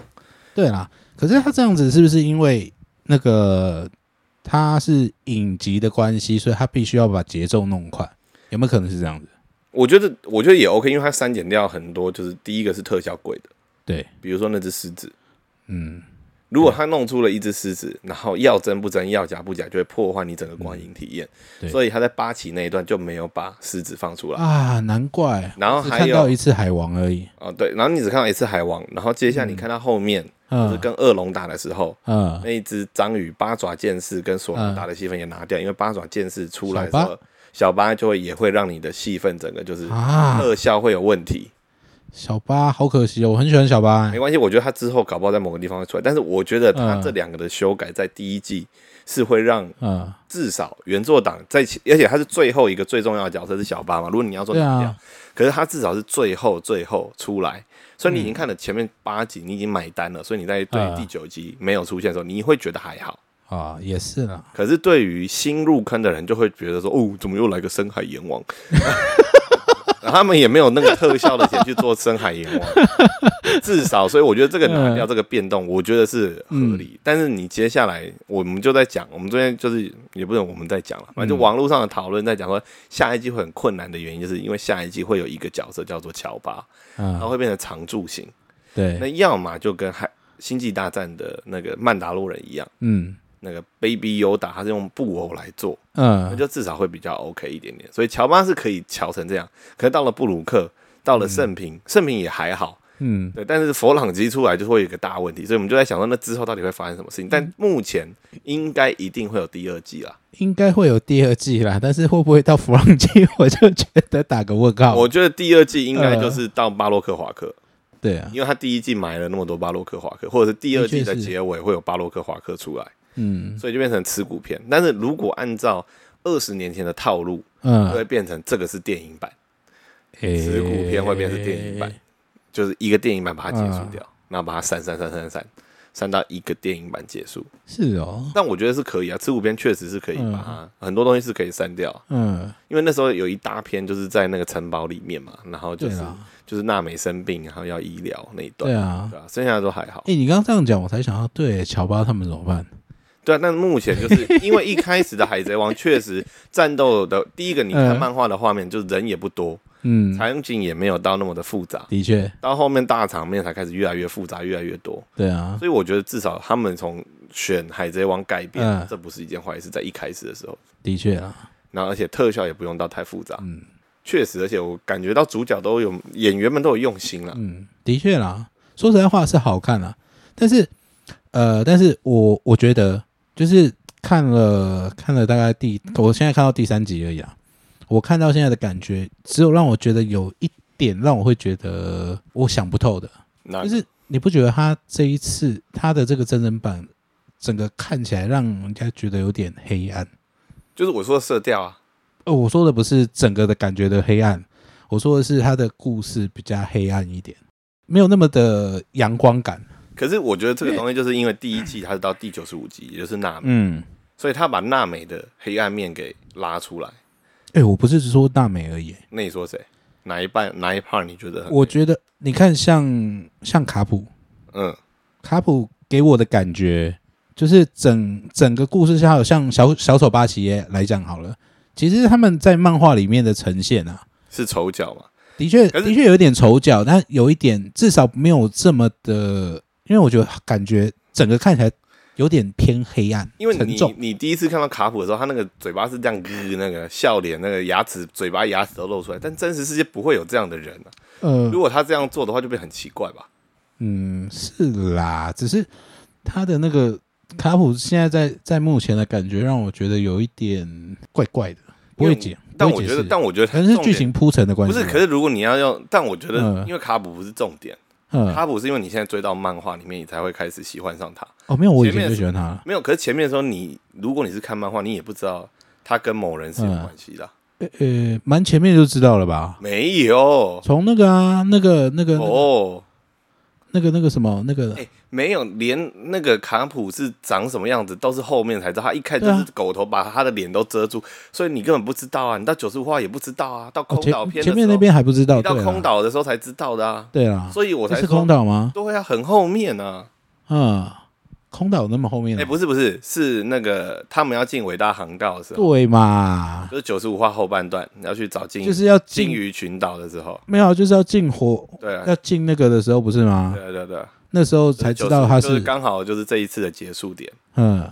对啦，可是他这样子是不是因为那个他是影集的关系，所以他必须要把节奏弄快？有没有可能是这样子？我觉得我觉得也 OK，因为它删减掉很多，就是第一个是特效贵的，对，比如说那只狮子，嗯，如果他弄出了一只狮子，然后要真不真，要假不假，就会破坏你整个观影体验。对所以他在八旗那一段就没有把狮子放出来。啊，难怪，然后只还看有到一次海王而已。哦，对，然后你只看到一次海王，然后接下来你看到后面、就是嗯跟恶龙打的时候，嗯，那一只章鱼八爪剑士跟索隆嗯打的戏份也拿掉，因为八爪剑士出来的时小候，小八就会也会让你的戏份整个就是啊，特效会有问题。小巴好可惜哦，我很喜欢小巴、没关系，我觉得他之后搞不好在某个地方会出来，但是我觉得他嗯这两个的修改在第一季是会让嗯，至少原作党在前，而且他是最后一个最重要的角色是小八嘛。如果你要说对拿掉，啊，可是他至少是最后最后出来，所以你已经看了前面八集，你已经买单了，所以你在对嗯第九集没有出现的时候，你会觉得还好。啊，也是啦，可是对于新入坑的人，就会觉得说，哦，怎么又来个深海阎王？ [LAUGHS] 他们也没有那个特效的钱去做深海阎王，至少，所以我觉得这个拿掉这个变动，我觉得是合理。但是你接下来我们就在讲，我们这边就是也不能我们在讲了，反正就网络上的讨论在讲说，下一季会很困难的原因，就是因为下一季会有一个角色叫做乔巴，他嗯，会变成常驻型，那对，要么就跟海星际大战的那个曼达洛人一样。嗯那个 Baby Yoda，他是用布偶来做，那嗯，就至少会比较 OK 一点点。所以乔巴是可以乔成这样，可是到了布鲁克，到了圣平，圣平也还好，嗯，对。但是佛朗机出来就会有一个大问题，所以我们就在想说，那之后到底会发生什么事情？但目前应该一定会有第二季啦。应该会有第二季啦，但是会不会到弗朗基，我就觉得打个问号。我觉得第二季应该就是到巴洛克华克，对啊，因为他第一季埋了那么多巴洛克华克，或者是第二季的的确是结尾会有巴洛克华克出来，嗯所以就变成持股片。但是如果按照二十年前的套路，就嗯，会变成这个是电影版。持持股哎嗯片会变成电影版就是一个电影版把它结束掉，然后把它删删删删删，三到一个电影版结束。是哦，但我觉得是可以啊，吃五篇确实是可以把它、很多东西是可以删掉，嗯，因为那时候有一大篇就是在那个城堡里面嘛，然后就对是啦，就是娜美生病，然后要医疗那一段对，啊。对啊，剩下的都还好。哎、你刚刚这样讲，我才想到，对，乔巴他们怎么办？对啊，但目前就是因为一开始的海贼王确实战斗的第一个，你看嗯漫画的画面，就人也不多，嗯，场景也没有到那么的复杂。的确，到后面大场面才开始越来越复杂，越来越多。对啊，所以我觉得至少他们从选海贼王改编，嗯这不是一件坏事，在一开始的时候。的确啊，然后而且特效也不用到太复杂，嗯确实，而且我感觉到主角都有演员们都有用心了。嗯，的确啦。说实在话是好看啦，但是，呃，但是我我觉得就是看了看了大概第，我现在看到第三集而已啊。我看到现在的感觉，只有让我觉得有一点让我会觉得我想不透的，那就是你不觉得他这一次他的这个真人版，整个看起来让人家觉得有点黑暗？就是我说的色调啊，哦，我说的不是整个的感觉的黑暗，我说的是他的故事比较黑暗一点，没有那么的阳光感。可是我觉得这个东西就是因为第一季它是到第九十五集，也就是娜美，嗯，所以他把娜美的黑暗面给拉出来。哎、我不是只说大美而已，那你说谁？哪一半哪一 part 你觉得很？我觉得你看像像卡普，嗯，卡普给我的感觉就是整整个故事下，好像小小丑巴奇耶来讲好了，其实他们在漫画里面的呈现啊，是丑角嘛？的确，可是的确有一点丑角，但有一点至少没有这么的，因为我觉得感觉整个看起来有点偏黑暗，因为沉你重。你第一次看到卡普的时候，他那个嘴巴是这样咯，那个笑脸，那个牙齿、嘴巴、牙齿都露出来。但真实世界不会有这样的人啊。呃如，果他这样做的话，就会很奇怪吧？嗯，是啦，只是他的那个卡普现在在在目前的感觉让我觉得有一点怪怪的，不因为会解，但不我会解觉得，释但我觉得可能是重剧点情铺陈的关不系吧。是。可是如果你要用，但我觉得嗯因为卡普不是重点，嗯，卡普是因为你现在追到漫画里面，你才会开始喜欢上他。哦，没有，我以前前面就是喜欢他了。没有，可是前面的时候你，如果你是看漫画，你也不知道他跟某人是有嗯关系的啊、呃呃，蛮前面就知道了吧？没有从那个啊，那个那个、哦，那个那个什么那个哎、没有，连那个卡普是长什么样子，都是后面才知道。他一开始就对啊是狗头把他的脸都遮住，所以你根本不知道啊。你到九十五话也不知道啊，到哦空岛前篇的前时候，面那边还不知道，你到对啊啦空岛的时候才知道的啊。对啦，所以我那才是说空，岛吗？对啊，很后面啊。嗯，空岛那么后面哎、啊、不是不是，是那个他们要进伟大航道的时候，对啊嘛？就是九十五话后半段，你要去找金就是要金进，啊鱼群岛的时候，没有，就是要进火，对啊，要进那个的时候不是吗？对啊对啊对啊，那时候才知道他就是是，刚好就是这一次的结束点，嗯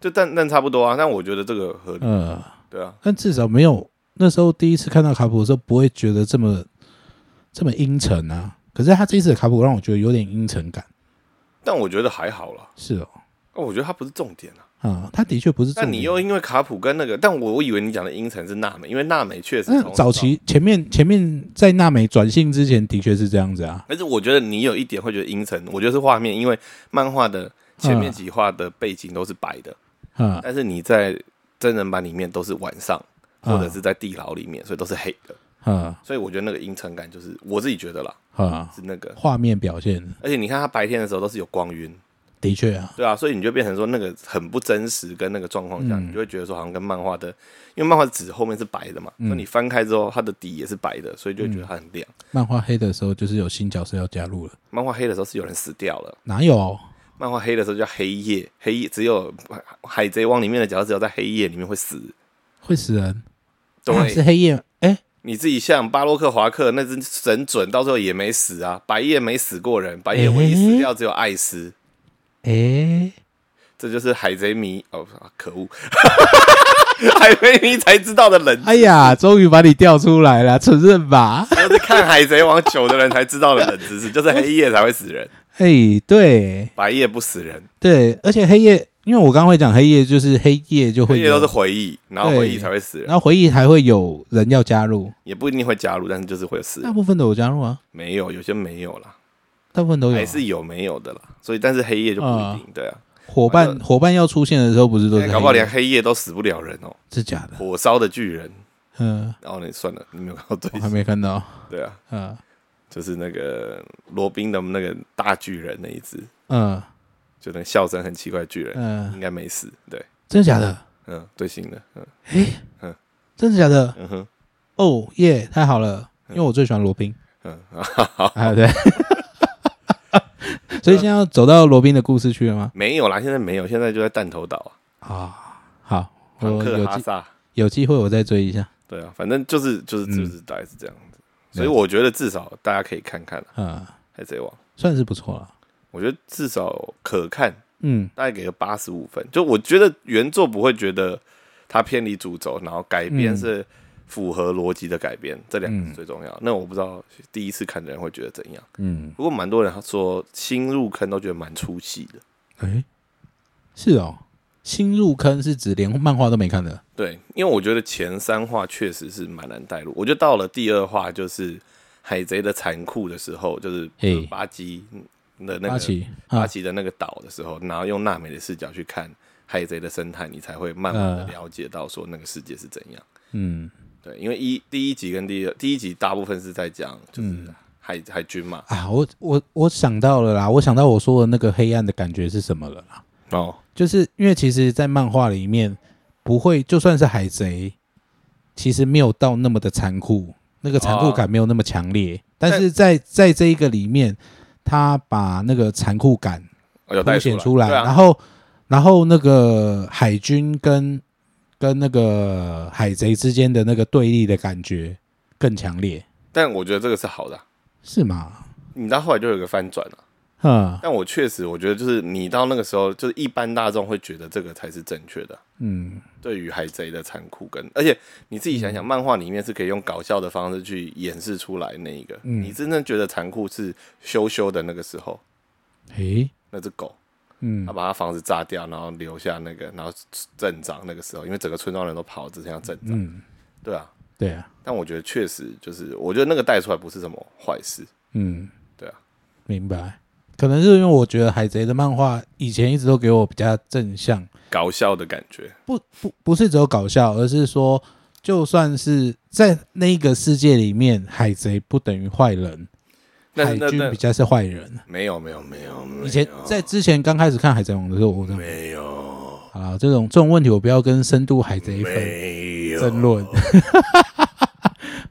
就但但差不多啊，但我觉得这个合理，嗯，对啊，但至少没有那时候第一次看到卡普的时候不会觉得这么这么阴沉啊。可是他这一次的卡普让我觉得有点阴沉感，但我觉得还好啦，是哦，哦，我觉得它不是重点啊，嗯，他的确不是重点。但你又因为卡普跟那个，但我我以为你讲的阴沉是娜美，因为娜美确实那从嗯早，期前面前面在娜美转性之前的确是这样子啊，但是我觉得你有一点会觉得阴沉，我觉得是画面，因为漫画的前面几画的背景都是白的，嗯，但是你在真人版里面都是晚上，嗯或者是在地牢里面，所以都是黑的。嗯所以我觉得那个阴沉感就是我自己觉得啦，嗯，是那个。画面表现而且你看他白天的时候都是有光晕，的确啊，对啊，所以你就变成说那个很不真实，跟那个状况下，嗯你就会觉得说好像跟漫画的，因为漫画的纸后面是白的嘛，嗯那、你翻开之后它的底也是白的，所以就会觉得它很亮。漫画黑的时候就是有新角色要加入了，漫画黑的时候是有人死掉了，哪有？漫画黑的时候叫黑夜，黑夜只有海海贼王里面的角色只有在黑夜里面会死。会死人？对，啊是黑夜？哎、你自己像巴洛克华克那只神准，到最后也没死啊。白夜没死过人，白夜唯一死掉只有艾斯，哎、这就是海贼迷哦，可恶， [LAUGHS] 海贼迷才知道的冷知哎呀，终于把你调出来了，承认吧？识，都是看海贼王久的人才知道的冷知 [LAUGHS] 识，就是黑夜才会死人，哎、对白夜不死人，对，而且黑夜，因为我刚刚会讲黑夜，就是黑夜就黑会夜有都是，回忆，然后对回忆才会死人，然后回忆还会有人要加入，也不一定会加入，但是就是会有死大人，部分都有加入啊，没有有些没有啦，大部分都有啊、还是有没有的啦，所以但是黑夜就不一定，对啊，伙完伴伙伴要出现的时候，哎不是都现是在搞不好黑连夜黑夜都死不了人哦，是假的？火烧的巨人。嗯，然后你算了，你没有看到最我还新，没看到。对啊，嗯就是那个罗宾的那个大巨人那一只，嗯，就那笑声很奇怪的巨人，嗯、应该没死。对，真的假的？嗯，最新的，嗯诶，嗯真的假的？嗯哼，哦耶，太好了，因为我最喜欢罗宾嗯， [LAUGHS] 好好， [LAUGHS] 啊，对。 [LAUGHS] 所以现在要走到罗宾的故事去了吗？没有啦，现在没有，现在就在弹头岛啊，啊，好，我坦克哦有哈机萨，有机会我再追一下。对啊，反正就是就是嗯就是大概是这样子，所以我觉得至少大家可以看看啊嗯，海贼王》，算是不错了。我觉得至少可看，嗯大概给个八十五分。就我觉得原作不会觉得它偏离主轴，然后改编嗯是符合逻辑的改编，这两个是嗯最重要。那我不知道第一次看的人会觉得怎样，嗯，不过蛮多人他说新入坑都觉得蛮出戏的。诶、是哦，新入坑是指连漫画都没看的。对，因为我觉得前三话确实是蛮难带入，我觉得到了第二话就是海贼的残酷的时候，就是嘿巴基的那八个旗巴啊，基的那个岛的时候，然后用娜美的视角去看海贼的生态，你才会慢慢的嗯了解到说那个世界是怎样。嗯对，因为一第一集跟第二第一集大部分是在讲嗯就是海、海军嘛，啊，我我我想到了啦，我想到我说的那个黑暗的感觉是什么了啦。哦，就是因为其实，在漫画里面不会，就算是海贼，其实没有到那么的残酷，那个残酷感没有那么强烈。但哦是在在这一个里面，他把那个残酷感有带凸出显来，出来，对啊然，后然后那个海军跟跟那个海贼之间的那个对立的感觉更强烈，但我觉得这个是好的啊、是吗？你到后来就有一个翻转了、嗯但我确实，我觉得就是你到那个时候，就是一般大众会觉得这个才是正确的，嗯对于海贼的残酷跟，而且你自己想想，漫画里面是可以用搞笑的方式去演示出来那一个，嗯你真正觉得残酷是羞羞的那个时候，诶那只狗，嗯他把他房子炸掉，然后留下那个，然后镇长那个时候，因为整个村庄人都跑，只剩下镇长，嗯，对啊，对啊，但我觉得确实就是，我觉得那个带出来不是什么坏事，嗯，对啊，明白。可能是因为我觉得海贼的漫画以前一直都给我比较正向，搞笑的感觉，不不不是只有搞笑，而是说，就算是在那个世界里面，海贼不等于坏人，那海那军那比较是坏人。没有没有没有，没有以前在之前刚开始看《海贼王》的时候，我这样没有。啊，这种这种问题我不要跟深度海贼粉没有争论。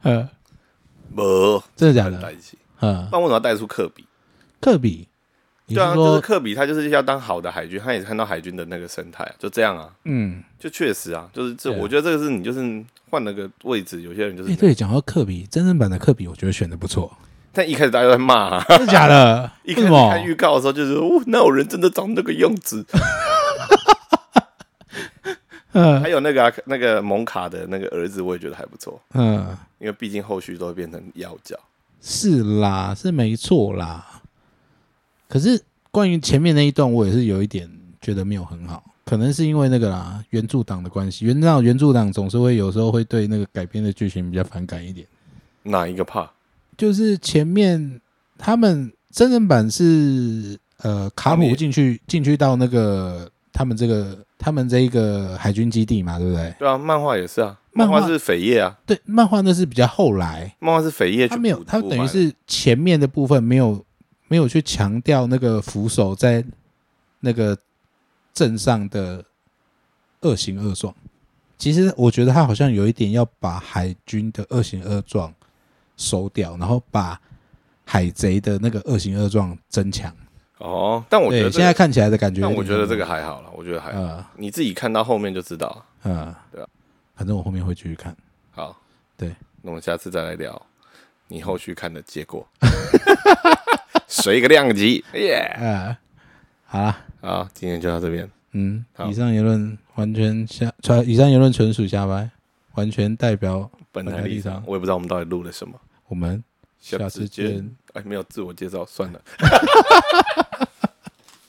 呃，没 [LAUGHS] 真的假在的？一起，嗯不，然为什么要带出科比？科比，你对是啊，就是说科比，他就是要当好的海军，他也看到海军的那个生态啊，就这样啊，嗯？就确实啊，就是这，对啊我觉得这个是你就是换了个位置，有些人就是哎，，对，讲到科比，真人版的科比，我觉得选的不 [LAUGHS] 错，但一开始大家都在骂啊，真的假的？ [LAUGHS] 一开 [LAUGHS] 为始什看么？预告的时候就是，哦，那有人真的长那个样子， [LAUGHS] 嗯还有那个啊那个蒙卡的那个儿子，我也觉得还不错，嗯，因为毕竟后续都会变成妖教，是啦，是没错啦。可是关于前面那一段，我也是有一点觉得没有很好，可能是因为那个啦，原著党的关系。原著原著党总是会有时候会对那个改编的剧情比较反感一点。哪一个怕？就是前面他们真人版是呃卡那你普进去进去到那个他们这个他们这一个海军基地嘛，对不对？对啊，漫画也是啊，漫漫画画是扉页啊，对，漫画那是比较后来，漫画是扉页去补，他没有，他补等满于了是前面的部分没有没有去强调那个扶手在那个镇上的恶行恶状。其实我觉得他好像有一点要把海军的恶行恶状收掉，然后把海贼的那个恶行恶状增强。哦，但我觉对，得这现个在看起来的感觉有但点，我觉得这个还好了，我觉得还好，呃你自己看到后面就知道。呃，对啊反正我后面会继续看。好，对，那我们下次再来聊你后续看的结果， [LAUGHS] 水一个量级，耶！呃，好啦，好，今天就到这边，嗯，好以上言论完全下，传以上言论纯属瞎掰，完全代表本台本台立立场场，我也不知道我们到底录了什么，我们。下下次见。哎，没有自我介绍，算了。